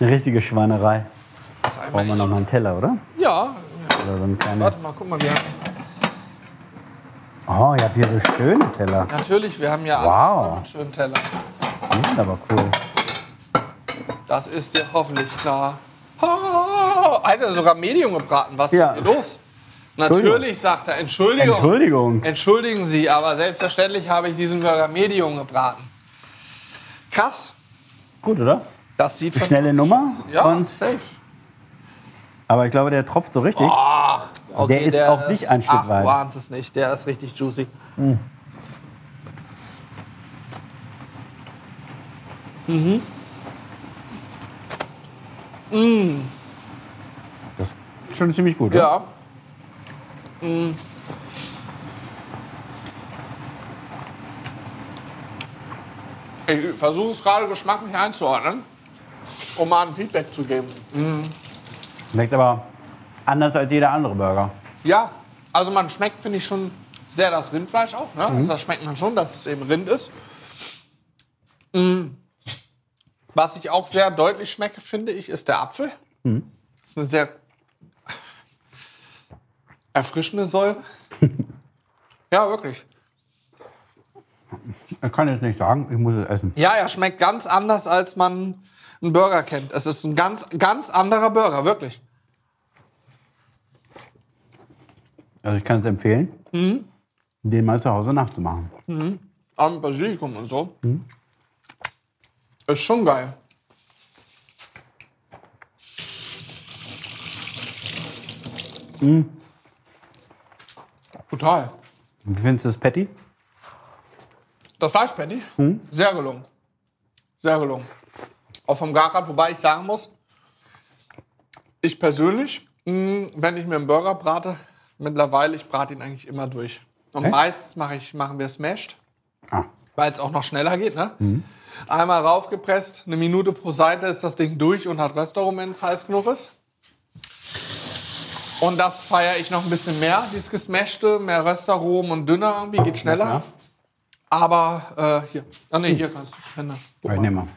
Speaker 1: eine richtige Schweinerei.
Speaker 2: das einmal
Speaker 1: Brauchen wir noch mal einen Teller, oder?
Speaker 2: ich- Ja,
Speaker 1: Oder so einen kleinen.
Speaker 2: warte mal, guck mal, wir haben,
Speaker 1: Oh, ihr habt hier so schöne Teller.
Speaker 2: natürlich, wir haben ja
Speaker 1: Wow.
Speaker 2: voll mit schönen Teller.
Speaker 1: Die sind aber cool.
Speaker 2: Das ist dir hoffentlich klar. Ah, Alter, sogar Medium gebraten. Was
Speaker 1: Ja.
Speaker 2: ist denn hier los? Natürlich, sagt er. Entschuldigung.
Speaker 1: Entschuldigung.
Speaker 2: Entschuldigen Sie, aber selbstverständlich habe ich diesen Burger Medium gebraten. Krass.
Speaker 1: Gut, oder?
Speaker 2: Das sieht
Speaker 1: Schnelle Nummer.
Speaker 2: Ja,
Speaker 1: Und,
Speaker 2: safe.
Speaker 1: aber ich glaube, der tropft so richtig.
Speaker 2: Ah. Okay,
Speaker 1: ist auf dich ein Stück
Speaker 2: ach,
Speaker 1: weit.
Speaker 2: Du ahnst es nicht. Der ist richtig juicy.
Speaker 1: Das ist schon ziemlich gut, oder?
Speaker 2: Ja. Mm. Ich versuche es gerade geschmacklich einzuordnen, um mal ein Feedback zu geben.
Speaker 1: Schmeckt aber anders als jeder andere Burger.
Speaker 2: Ja, also man schmeckt, finde ich, schon sehr das Rindfleisch auch. Ne? Also das schmeckt man schon, dass es eben Rind ist. Mm. Was ich auch sehr deutlich schmecke, finde ich, ist der Apfel. Das ist eine sehr erfrischende Säure. ja, wirklich.
Speaker 1: Ich kann jetzt nicht sagen, ich muss es essen.
Speaker 2: Ja, er schmeckt ganz anders, als man einen Burger kennt. Es ist ein ganz, ganz anderer Burger, wirklich.
Speaker 1: Also ich kann es empfehlen,
Speaker 2: Hm?
Speaker 1: den mal zu Hause nachzumachen.
Speaker 2: Auch mit Basilikum und so. Ist schon geil. Total.
Speaker 1: Wie findest du das Patty?
Speaker 2: Das Fleischpatty, sehr gelungen. Sehr gelungen. Auch vom Garat, wobei ich sagen muss, Ich persönlich, mh, wenn ich mir einen Burger brate, mittlerweile, ich brate ihn eigentlich immer durch. Und
Speaker 1: Echt?
Speaker 2: meistens mache ich, machen wir smashed,
Speaker 1: Ah,
Speaker 2: weil es auch noch schneller geht. Ne?
Speaker 1: Mhm.
Speaker 2: Einmal raufgepresst, eine Minute pro Seite ist das Ding durch und hat Röstaromen, wenn es heiß genug ist. Und das feiere ich noch ein bisschen mehr. Dieses Gesmashte, mehr Röstaromen und dünner irgendwie, geht schneller.
Speaker 1: ja.
Speaker 2: Aber äh, hier. Ah, nee, hier kannst du. Hände. Guck
Speaker 1: Ich
Speaker 2: mal.
Speaker 1: nehme mal.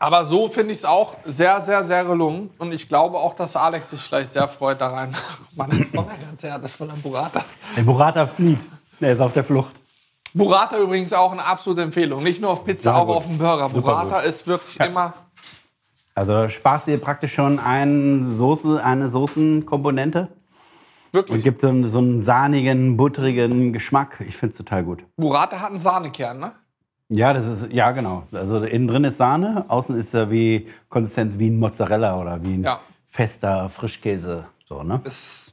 Speaker 2: Aber so finde ich es auch sehr, sehr, sehr gelungen. Und ich glaube auch, dass Alex sich gleich sehr freut da rein. [laughs] Mann, das ist doch ein ganz Herz voller Burrata.
Speaker 1: Der Burrata flieht. Er ist auf der Flucht.
Speaker 2: Burrata übrigens auch eine absolute Empfehlung. Nicht nur auf Pizza,
Speaker 1: Sehr
Speaker 2: auch
Speaker 1: gut.
Speaker 2: auf dem Burger.
Speaker 1: Super
Speaker 2: Burrata
Speaker 1: gut.
Speaker 2: ist wirklich
Speaker 1: Ja.
Speaker 2: immer
Speaker 1: Also da sparst du dir praktisch schon einen Soße, eine Soßenkomponente und
Speaker 2: wirklich.
Speaker 1: gibt so einen, so einen sahnigen, butterigen Geschmack. Ich finde es total gut.
Speaker 2: Burrata hat einen Sahnekern, ne?
Speaker 1: Ja, das ist, ja genau. Also innen drin ist Sahne, außen ist ja wie Konsistenz wie ein Mozzarella oder wie ein
Speaker 2: Ja.
Speaker 1: fester Frischkäse. So, ne?
Speaker 2: Ist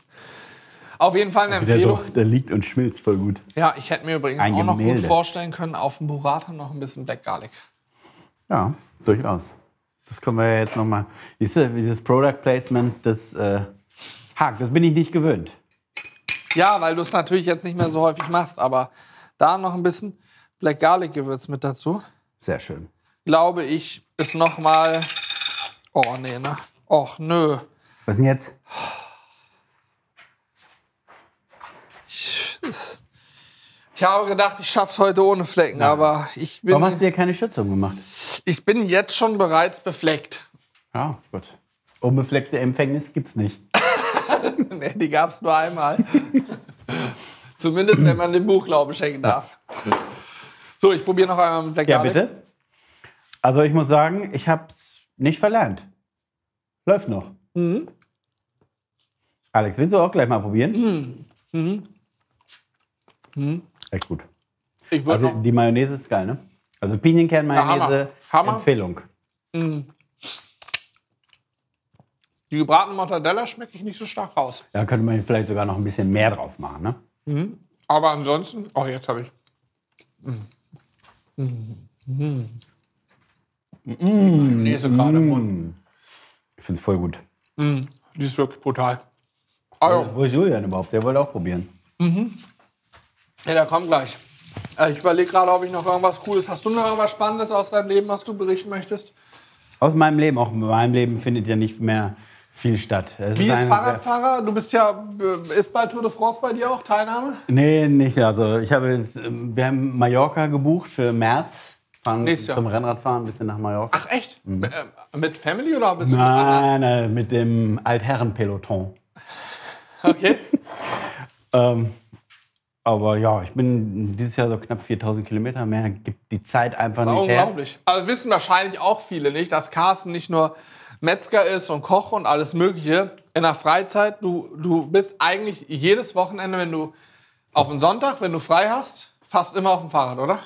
Speaker 2: auf jeden Fall eine
Speaker 1: Also Der, so,
Speaker 2: Empfehlung.
Speaker 1: der liegt und schmilzt voll gut.
Speaker 2: Ja, ich hätte mir übrigens
Speaker 1: Ein
Speaker 2: auch noch gut
Speaker 1: Gemälde.
Speaker 2: vorstellen können, auf dem Burrata noch ein bisschen Black Garlic.
Speaker 1: Ja, durchaus. Das können wir ja jetzt nochmal. Siehst du, dieses Product Placement, das äh, hakt, das bin ich nicht gewöhnt.
Speaker 2: Ja, weil du es natürlich jetzt nicht mehr so häufig machst, aber da noch ein bisschen Black Garlic Gewürz mit dazu.
Speaker 1: Sehr schön.
Speaker 2: glaube ich, ist noch mal. Oh nee, ne? Och nö.
Speaker 1: Was denn jetzt?
Speaker 2: Ich habe gedacht, ich schaff's heute ohne Flecken, aber ich
Speaker 1: Warum hast du
Speaker 2: bin,
Speaker 1: dir keine Schützung gemacht?
Speaker 2: ich bin jetzt schon bereits befleckt.
Speaker 1: Ja, gut. Unbefleckte Empfängnis gibt's nicht.
Speaker 2: nee, die gab's nur einmal. [laughs] Zumindest wenn man dem Buch Glauben schenken darf. So, ich probiere noch einmal mit Black
Speaker 1: Ja,
Speaker 2: Garlic.
Speaker 1: bitte. Also ich muss sagen, ich hab's nicht verlernt. Läuft noch.
Speaker 2: Mhm.
Speaker 1: Alex, willst du auch gleich mal probieren?
Speaker 2: Mhm.
Speaker 1: Echt gut.
Speaker 2: Ich würde
Speaker 1: Also
Speaker 2: noch,
Speaker 1: die Mayonnaise ist geil, ne? Also Pinienkern-Mayonnaise,
Speaker 2: Ja, Hammer. Hammer.
Speaker 1: Empfehlung.
Speaker 2: die gebratene Mortadella schmecke ich nicht so stark raus.
Speaker 1: Da könnte man vielleicht sogar noch ein bisschen mehr drauf machen, ne?
Speaker 2: Aber ansonsten, oh, jetzt habe ich. Mm. Mm. Mm. Mayonnaise gerade im Mund.
Speaker 1: Ich find's voll gut.
Speaker 2: Die ist wirklich brutal. Also,
Speaker 1: Wo ist Julian überhaupt? Der wollte auch probieren.
Speaker 2: ja, der kommt gleich. Äh, Ich überlege gerade, ob ich noch irgendwas Cooles. Hast du noch irgendwas Spannendes aus deinem Leben, was du berichten möchtest?
Speaker 1: Aus meinem Leben, auch in meinem Leben findet ja nicht mehr viel statt. Es
Speaker 2: Wie ist
Speaker 1: eine-
Speaker 2: Fahrradfahrer? Du bist ja. äh, Ist bei Tour de France bei dir auch Teilnahme?
Speaker 1: Nee, nicht. Also ich habe jetzt, ähm, wir haben Mallorca gebucht für März. Fahren
Speaker 2: Nächstes Jahr.
Speaker 1: zum Rennradfahren ein bisschen nach Mallorca.
Speaker 2: Ach, echt? M- äh, Mit Family oder bist du mit anderen?
Speaker 1: Mhm. Nein, nein, mit dem Altherren-Peloton. [laughs]
Speaker 2: Okay.
Speaker 1: Ähm, aber ja, ich bin dieses Jahr so knapp 4000 Kilometer mehr. Gibt die Zeit einfach
Speaker 2: Das ist auch
Speaker 1: nicht her.
Speaker 2: unglaublich. Also wissen wahrscheinlich auch viele nicht, dass Carsten nicht nur Metzger ist und Koch und alles Mögliche. In der Freizeit, du, du bist eigentlich jedes Wochenende, wenn du auf den Sonntag, wenn du frei hast, fast immer auf dem Fahrrad, oder?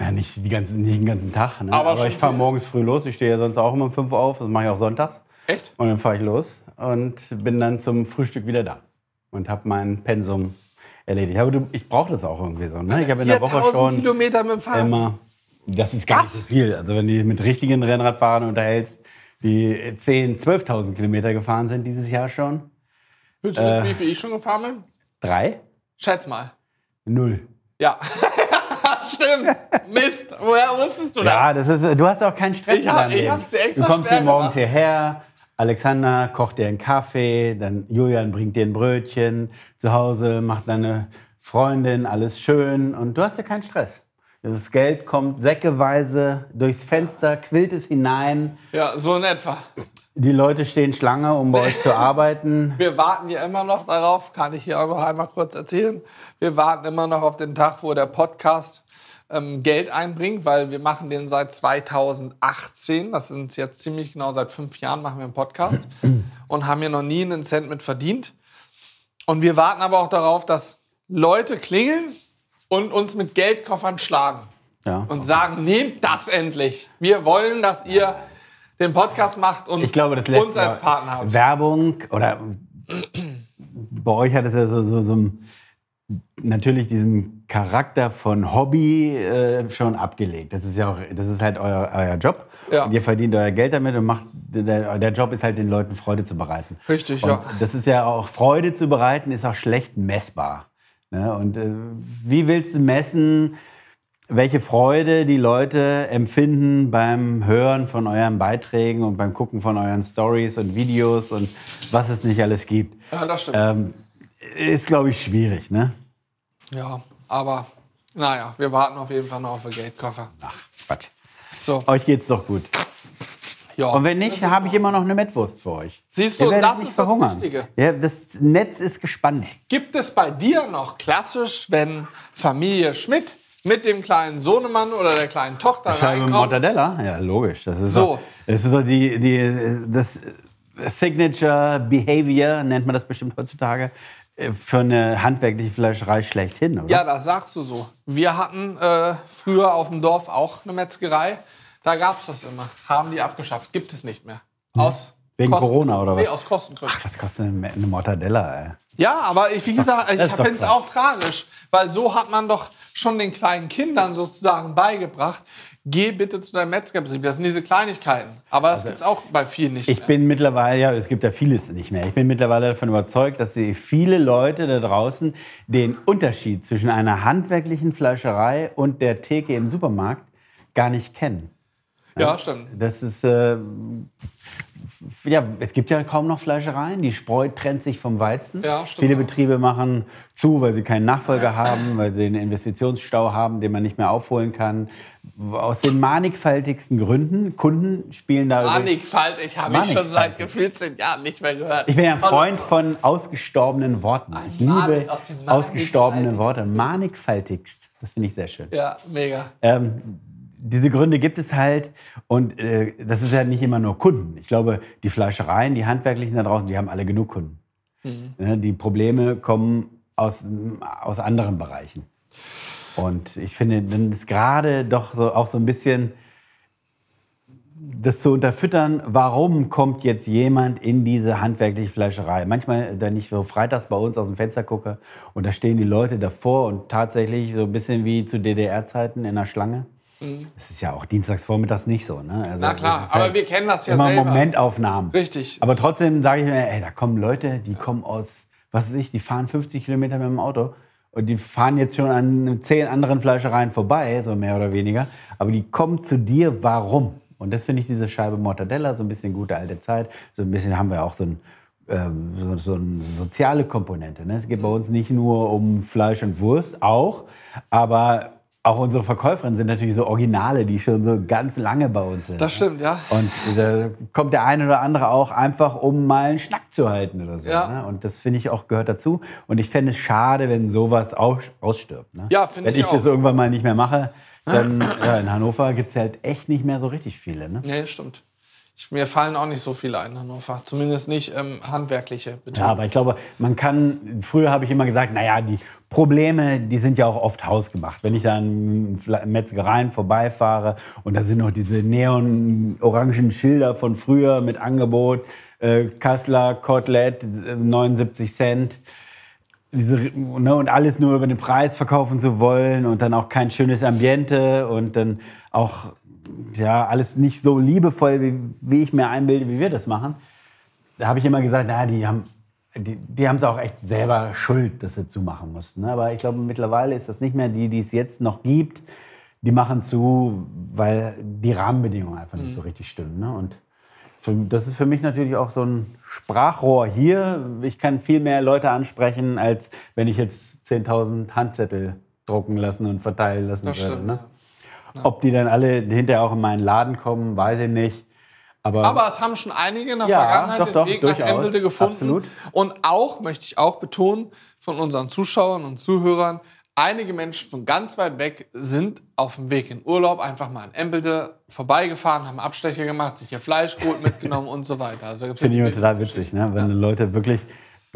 Speaker 1: Ja, nicht, die ganzen, nicht den ganzen Tag. Ne?
Speaker 2: Aber
Speaker 1: Aber,
Speaker 2: schon
Speaker 1: ich fahre
Speaker 2: viel.
Speaker 1: morgens früh los. Ich stehe ja sonst auch immer um 5 Uhr auf. Das mache ich auch sonntags.
Speaker 2: Echt?
Speaker 1: Und dann fahre ich los und bin dann zum Frühstück wieder da. Und habe mein Pensum erledigt. Aber du, ich brauche das auch irgendwie so. Ne? Ich habe in der Woche
Speaker 2: 4000
Speaker 1: schon...
Speaker 2: Kilometer mit dem Fahrrad.
Speaker 1: immer. Das ist gar
Speaker 2: Was?
Speaker 1: nicht so viel. Also wenn du dich mit richtigen Rennradfahrern unterhältst, die 10.000, 12.000 Kilometer gefahren sind dieses Jahr schon.
Speaker 2: Willst
Speaker 1: äh,
Speaker 2: du wissen, wie viel ich schon gefahren bin?
Speaker 1: Drei?
Speaker 2: Schätz mal.
Speaker 1: Null.
Speaker 2: Ja. [laughs] Stimmt. Mist. Woher wusstest du das?
Speaker 1: Ja, das ist, du hast auch keinen Stress
Speaker 2: Ich
Speaker 1: in
Speaker 2: hab-
Speaker 1: deinem
Speaker 2: ich
Speaker 1: Leben.
Speaker 2: hab's dir extra
Speaker 1: du kommst
Speaker 2: schwer
Speaker 1: hier morgens
Speaker 2: gemacht.
Speaker 1: hierher, Alexander kocht dir einen Kaffee, dann Julian bringt dir ein Brötchen, zu Hause macht deine Freundin alles schön und du hast ja keinen Stress. Das Geld kommt säckeweise durchs Fenster, quillt es hinein.
Speaker 2: Ja, so in etwa.
Speaker 1: Die Leute stehen Schlange, um bei euch
Speaker 2: [laughs]
Speaker 1: zu arbeiten.
Speaker 2: Wir warten ja immer noch darauf, kann ich hier auch noch einmal kurz erzählen. Wir warten immer noch auf den Tag, wo der Podcast ähm, Geld einbringt, weil wir machen den seit 2018. Das sind jetzt ziemlich genau seit fünf Jahren machen wir einen
Speaker 1: [clears throat]
Speaker 2: Podcast und haben hier noch nie einen Cent mit verdient. Und wir warten aber auch darauf, dass Leute klingeln und uns mit Geldkoffern schlagen
Speaker 1: Ja.
Speaker 2: und sagen: Nehmt das endlich. Wir wollen, dass ihr den Podcast macht und
Speaker 1: Ich glaube, das lässt
Speaker 2: uns als Partner habt.
Speaker 1: Werbung oder bei euch hat es ja so, so, so ein natürlich diesen Charakter von Hobby äh, schon abgelegt. Das ist ja auch, das ist halt euer, euer Job.
Speaker 2: Ja.
Speaker 1: Und ihr verdient euer Geld damit und macht, der, der Job ist halt den Leuten Freude zu bereiten.
Speaker 2: Richtig,
Speaker 1: und
Speaker 2: ja.
Speaker 1: Das ist ja auch, Freude zu bereiten ist auch schlecht messbar. Ne? Und äh, wie willst du messen, welche Freude die Leute empfinden beim Hören von euren Beiträgen und beim Gucken von euren Stories und Videos und was es nicht alles gibt?
Speaker 2: Ja, das stimmt.
Speaker 1: Ähm, ist, glaube ich, schwierig, ne?
Speaker 2: Ja, aber naja, wir warten auf jeden Fall noch auf den Geldkoffer.
Speaker 1: Ach, Quatsch.
Speaker 2: So,
Speaker 1: Euch geht's doch gut.
Speaker 2: ja.
Speaker 1: Und wenn nicht, habe ich immer noch eine Mettwurst für euch.
Speaker 2: Siehst
Speaker 1: Ihr
Speaker 2: du, und
Speaker 1: werdet
Speaker 2: das
Speaker 1: nicht
Speaker 2: ist das
Speaker 1: verhungern.
Speaker 2: Wichtige.
Speaker 1: Ja, das Netz ist gespannt.
Speaker 2: Gibt es bei dir noch klassisch, wenn Familie Schmidt mit dem kleinen Sohnemann oder der kleinen Tochter
Speaker 1: Scheibe
Speaker 2: reinkommt?
Speaker 1: Mortadella? Ja, logisch. Das ist
Speaker 2: So.
Speaker 1: so. Das ist so die, die, das Signature Behavior, nennt man das bestimmt heutzutage, äh, für eine handwerkliche Fleischerei schlechthin, oder?
Speaker 2: Ja, das sagst du so. Wir hatten äh, früher auf dem Dorf auch eine Metzgerei. Da gab es das immer. Haben die abgeschafft. Gibt es nicht mehr. Aus
Speaker 1: Hm. Wegen Corona oder
Speaker 2: Nee,
Speaker 1: was?
Speaker 2: aus Kostengründen.
Speaker 1: Was kostet eine eine Mortadella, ey?
Speaker 2: Ja, aber ich, wie gesagt, ich
Speaker 1: Das ist doch
Speaker 2: finde es
Speaker 1: krass.
Speaker 2: auch tragisch, weil so hat man doch schon den kleinen Kindern sozusagen beigebracht, geh bitte zu deinem Metzgerbetrieb. Das sind diese Kleinigkeiten. Aber das gibt's auch bei vielen nicht
Speaker 1: Also, Ich
Speaker 2: mehr.
Speaker 1: bin mittlerweile, ja, es gibt ja vieles nicht mehr. Ich bin mittlerweile davon überzeugt, dass sie viele Leute da draußen den Unterschied zwischen einer handwerklichen Fleischerei und der Theke im Supermarkt gar nicht kennen.
Speaker 2: Ja, stimmt.
Speaker 1: Das ist, äh, f- ja, es gibt ja kaum noch Fleischereien. Die Spreu trennt sich vom Weizen.
Speaker 2: Ja, stimmt.
Speaker 1: Viele Betriebe machen zu, weil sie keinen Nachfolger haben, weil sie einen Investitionsstau haben, den man nicht mehr aufholen kann. Aus den mannigfaltigsten Gründen. Kunden spielen da. übrigens-
Speaker 2: Manik Falk, ich habe ihn
Speaker 1: Also,
Speaker 2: schon
Speaker 1: Manik
Speaker 2: seit
Speaker 1: Falk.
Speaker 2: gefühlt zehn Jahren nicht mehr gehört. Also,
Speaker 1: Ich bin ja ein Freund von ausgestorbenen Worten. Ich
Speaker 2: Mani-
Speaker 1: liebe
Speaker 2: aus dem
Speaker 1: ausgestorbene
Speaker 2: mannigfaltigsten.
Speaker 1: Worte. Mannigfaltigst. Das finde ich sehr schön.
Speaker 2: Ja, mega.
Speaker 1: Ähm, diese Gründe gibt es halt und äh, das ist ja nicht immer nur Kunden. Ich glaube, die Fleischereien, die Handwerklichen da draußen, die haben alle genug Kunden. Ne, die Probleme kommen aus, aus anderen Bereichen. Und ich finde, dann ist gerade doch so, auch so ein bisschen das zu unterfüttern, warum kommt jetzt jemand in diese handwerkliche Fleischerei? Manchmal, wenn ich so freitags bei uns aus dem Fenster gucke und da stehen die Leute davor und tatsächlich so ein bisschen wie zu DDR-Zeiten in der Schlange. Das ist ja auch dienstags vormittags nicht so. Ne? Also
Speaker 2: Mhm. Na
Speaker 1: das
Speaker 2: klar,
Speaker 1: ist
Speaker 2: aber
Speaker 1: halt
Speaker 2: wir kennen das ja
Speaker 1: immer
Speaker 2: selber.
Speaker 1: Momentaufnahmen.
Speaker 2: Richtig.
Speaker 1: Aber trotzdem sage ich mir, ey, da kommen Leute, die kommen aus, was weiß ich, die fahren 50 Kilometer mit dem Auto und die fahren jetzt schon an zehn anderen Fleischereien vorbei, so mehr oder weniger. Aber die kommen zu dir, warum? Und das finde ich diese Scheibe Mortadella, so ein bisschen gute alte Zeit, so ein bisschen haben wir auch so ein. ähm, So, so eine soziale Komponente. Ne? Es geht bei
Speaker 2: Mhm.
Speaker 1: uns nicht nur um Fleisch und Wurst, auch, aber auch unsere Verkäuferinnen sind natürlich so Originale, die schon so ganz lange bei uns sind. ne?
Speaker 2: Das stimmt, ja.
Speaker 1: Und da kommt der eine oder andere auch einfach, um mal einen Schnack zu halten oder so.
Speaker 2: Ja.
Speaker 1: Ne? Und das finde ich auch gehört dazu. Und ich fände es schade, wenn sowas aus, ausstirbt. Ne?
Speaker 2: Ja, finde
Speaker 1: Wenn
Speaker 2: ich
Speaker 1: ich das
Speaker 2: auch.
Speaker 1: irgendwann mal nicht mehr mache, dann ja, in Hannover gibt es halt echt nicht mehr so richtig viele. Ne?
Speaker 2: Nee, stimmt. Ich, mir fallen auch nicht so viele ein in Hannover. Zumindest nicht ähm, handwerkliche Betriebe.
Speaker 1: Ja, aber ich glaube, man kann, früher habe ich immer gesagt, naja, die Probleme, die sind ja auch oft hausgemacht. Wenn ich da an Fle- Metzgereien vorbeifahre und da sind noch diese neon-orangen Schilder von früher mit Angebot, äh, Kassler, Kotelett, äh, 79 Cent. Diese, ne, und alles nur über den Preis verkaufen zu wollen und dann auch kein schönes Ambiente und dann auch ja, alles nicht so liebevoll, wie, wie ich mir einbilde, wie wir das machen da habe ich immer gesagt, na, die haben die, die es auch echt selber schuld, dass sie zumachen mussten. ne? Aber ich glaube, mittlerweile ist das nicht mehr die, die es jetzt noch gibt. Die machen zu, weil die Rahmenbedingungen einfach
Speaker 2: Mhm.
Speaker 1: nicht so richtig stimmen. Ne? Und für, das ist für mich natürlich auch so ein Sprachrohr hier. Ich kann viel mehr Leute ansprechen, als wenn ich jetzt 10.000 Handzettel drucken lassen und verteilen lassen
Speaker 2: das
Speaker 1: würde.
Speaker 2: stimmt.
Speaker 1: ne?
Speaker 2: ja.
Speaker 1: Ob die dann alle hinterher auch in meinen Laden kommen, weiß ich nicht. Aber,
Speaker 2: Aber es haben schon einige in der
Speaker 1: Ja,
Speaker 2: Vergangenheit
Speaker 1: doch,
Speaker 2: den
Speaker 1: doch,
Speaker 2: Weg nach
Speaker 1: durchaus.
Speaker 2: Embelde gefunden.
Speaker 1: Absolut.
Speaker 2: Und auch, möchte ich auch betonen, von unseren Zuschauern und Zuhörern, einige Menschen von ganz weit weg sind auf dem Weg in Urlaub einfach mal in Embelde vorbeigefahren, haben Abstecher gemacht, sich ihr Fleisch geholt, mitgenommen und so weiter. Also gibt's
Speaker 1: Finde ich immer
Speaker 2: wirklich-
Speaker 1: total witzig, ne? wenn Leute wirklich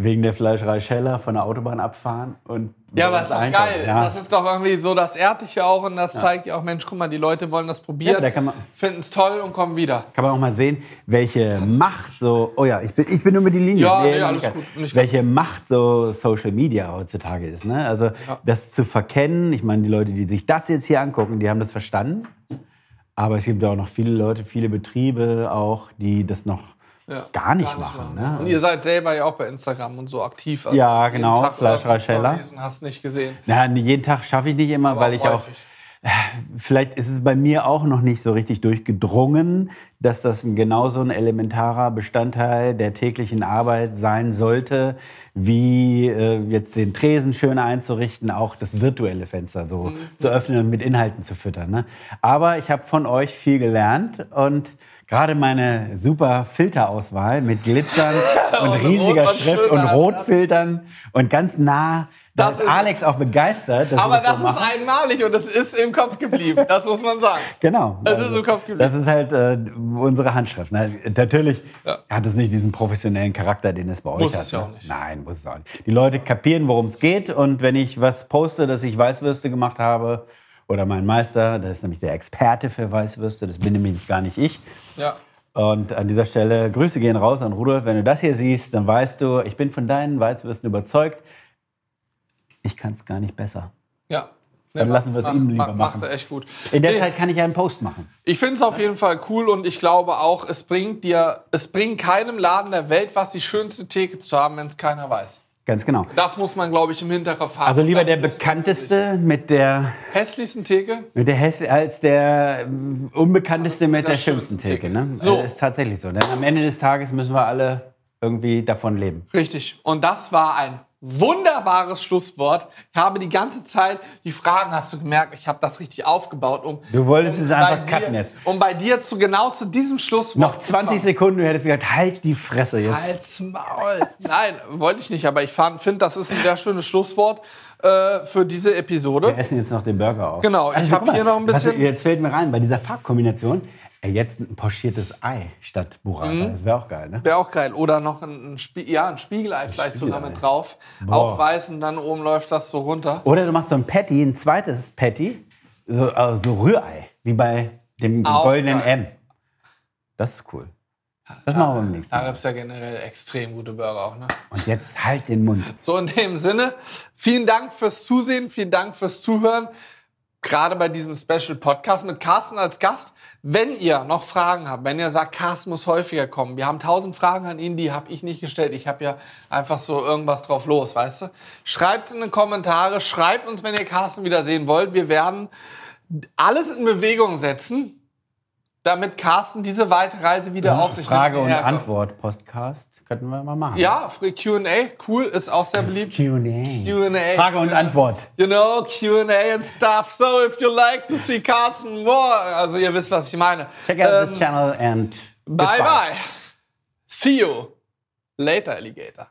Speaker 1: wegen der Fleischerei Scheller von der Autobahn abfahren und
Speaker 2: Ja, aber ist doch
Speaker 1: einkaufen.
Speaker 2: geil.
Speaker 1: Ja.
Speaker 2: Das ist doch irgendwie so, das ehrt dich ja auch und das zeigt ja auch, Mensch, guck mal, die Leute wollen das
Speaker 1: Ja,
Speaker 2: probieren,
Speaker 1: da kann man-
Speaker 2: finden es toll und kommen wieder.
Speaker 1: Kann man auch mal sehen, welche Macht so. Oh ja, ich bin, ich bin über die Linie.
Speaker 2: Ja, nee, alles
Speaker 1: nicht-
Speaker 2: gut, nicht gut.
Speaker 1: welche Macht so Social Media heutzutage ist. Ne? Also das zu verkennen. Ich meine, die Leute, die sich das jetzt hier angucken, die haben das verstanden. Aber es gibt ja auch noch viele Leute, viele Betriebe auch, die das noch
Speaker 2: Ja,
Speaker 1: gar nicht machen.
Speaker 2: Und
Speaker 1: Ne?
Speaker 2: ihr seid selber ja auch bei Instagram und so aktiv. also
Speaker 1: Ja,
Speaker 2: jeden
Speaker 1: genau,
Speaker 2: Tag
Speaker 1: Fleischerei
Speaker 2: eure
Speaker 1: Scheller.
Speaker 2: Stories und Hast nicht gesehen.
Speaker 1: Na, jeden Tag schaffe ich nicht immer, weil ich auch
Speaker 2: häufig.
Speaker 1: vielleicht ist es bei mir auch noch nicht so richtig durchgedrungen, dass das ein, genauso ein elementarer Bestandteil der täglichen Arbeit sein sollte, wie äh, jetzt den Tresen schön einzurichten, auch das virtuelle Fenster
Speaker 2: Mhm.
Speaker 1: so zu öffnen und mit Inhalten zu füttern. Ne? Aber ich habe von euch viel gelernt und gerade meine super Filterauswahl mit
Speaker 2: [laughs]
Speaker 1: Glitzern und
Speaker 2: Und
Speaker 1: riesiger
Speaker 2: Rot- und
Speaker 1: Schrift und
Speaker 2: schöner-
Speaker 1: Rotfiltern und ganz nah. Da
Speaker 2: Das
Speaker 1: ist
Speaker 2: ist-
Speaker 1: Alex auch begeistert. dass
Speaker 2: Aber
Speaker 1: wir
Speaker 2: das
Speaker 1: so machen.
Speaker 2: ist einmalig und das ist im Kopf geblieben. Das muss man sagen.
Speaker 1: Genau.
Speaker 2: Es ist im Kopf geblieben.
Speaker 1: Das ist halt äh, unsere Handschrift. Ne? Natürlich
Speaker 2: Ja.
Speaker 1: hat es nicht diesen professionellen Charakter, den es bei euch
Speaker 2: Muss
Speaker 1: hat.
Speaker 2: es ja
Speaker 1: ne?
Speaker 2: auch nicht.
Speaker 1: Nein, muss es auch nicht. Die Leute kapieren, worum es geht. Und wenn ich was poste, dass ich Weißwürste gemacht habe, oder mein Meister, der ist nämlich der Experte für Weißwürste, das bin nämlich gar nicht ich.
Speaker 2: Ja.
Speaker 1: Und an dieser Stelle Grüße gehen raus an Rudolf. Wenn du das hier siehst, dann weißt du, ich bin von deinen Weißwürsten überzeugt. Ich kann es gar nicht besser.
Speaker 2: Ja.
Speaker 1: Dann
Speaker 2: Ja,
Speaker 1: lassen wir es
Speaker 2: mach-
Speaker 1: ihm lieber
Speaker 2: mach-
Speaker 1: machen.
Speaker 2: Macht er echt gut.
Speaker 1: In der
Speaker 2: Nee,
Speaker 1: Zeit kann ich einen Post machen.
Speaker 2: Ich finde es auf jeden Fall cool und ich glaube auch, es bringt dir, es bringt keinem Laden der Welt was, die schönste Theke zu haben, wenn es keiner weiß.
Speaker 1: Ganz genau.
Speaker 2: Das muss man, glaube ich, im Hinterkopf haben.
Speaker 1: Also lieber
Speaker 2: Das
Speaker 1: der
Speaker 2: muss man für
Speaker 1: bekannteste mit der,
Speaker 2: sich- Hässlichsten Theke?
Speaker 1: mit der Häss als der ähm, unbekannteste mit der schönsten Theke. Ne?
Speaker 2: So.
Speaker 1: Also ist tatsächlich so. Denn am Ende des Tages müssen wir alle irgendwie davon leben.
Speaker 2: Richtig. Und das war ein wunderbares Schlusswort. Ich habe die ganze Zeit die Fragen, hast du gemerkt, ich habe das richtig aufgebaut, um.
Speaker 1: Du wolltest es
Speaker 2: bei
Speaker 1: einfach cutten
Speaker 2: dir,
Speaker 1: jetzt.
Speaker 2: Um bei dir zu genau zu diesem Schlusswort.
Speaker 1: Noch
Speaker 2: zu
Speaker 1: 20
Speaker 2: kommen.
Speaker 1: Sekunden, du hättest gesagt, halt die Fresse jetzt.
Speaker 2: Halt's Maul. Nein, wollte ich nicht, aber ich finde, das ist ein sehr schönes Schlusswort äh, für diese Episode.
Speaker 1: Wir essen jetzt noch den Burger auf. Also
Speaker 2: Genau, ich hab
Speaker 1: guck mal,
Speaker 2: hier noch ein
Speaker 1: was-
Speaker 2: bisschen-
Speaker 1: jetzt fällt mir rein, bei dieser Farbkombination, äh, jetzt ein pochiertes Ei statt Burrata.
Speaker 2: Mhm.
Speaker 1: Das wäre auch geil, ne?
Speaker 2: Wäre auch geil. Oder noch ein, ein, Spie ja, ein Spiegelei vielleicht sogar
Speaker 1: Spiegelei.
Speaker 2: mit drauf.
Speaker 1: Boah.
Speaker 2: Auch weiß und dann oben läuft das so runter.
Speaker 1: Oder du machst so ein Patty, ein zweites Patty, so, äh, so Rührei, wie bei dem
Speaker 2: Auch
Speaker 1: goldenen
Speaker 2: geil.
Speaker 1: M. Das ist cool. Das machen wir beim nächsten
Speaker 2: Da
Speaker 1: Mal.
Speaker 2: gibt es ja generell extrem gute Burger auch. Ne?
Speaker 1: Und jetzt halt den Mund.
Speaker 2: So in dem Sinne, vielen Dank fürs Zusehen, vielen Dank fürs Zuhören. Gerade bei diesem Special Podcast mit Carsten als Gast. Wenn ihr noch Fragen habt, wenn ihr sagt, Carsten muss häufiger kommen, wir haben tausend Fragen an ihn, die habe ich nicht gestellt. Ich habe ja einfach so irgendwas drauf los, weißt du? Schreibt in die Kommentare, schreibt uns, wenn ihr Carsten wieder sehen wollt. Wir werden alles in Bewegung setzen, damit Carsten diese weite Reise wieder auf sich
Speaker 1: Mhm. Frage und
Speaker 2: hierher kommt.
Speaker 1: Antwort Podcast könnten wir mal machen.
Speaker 2: Ja, Q&A, cool, ist auch sehr beliebt.
Speaker 1: Q&A.
Speaker 2: Q&A.
Speaker 1: Frage und Antwort.
Speaker 2: You know, Q&A and stuff. So if you like to see Carsten more. Also ihr wisst, was ich meine.
Speaker 1: Check out
Speaker 2: Ähm,
Speaker 1: the channel and
Speaker 2: bye
Speaker 1: goodbye.
Speaker 2: bye. See you later, Alligator.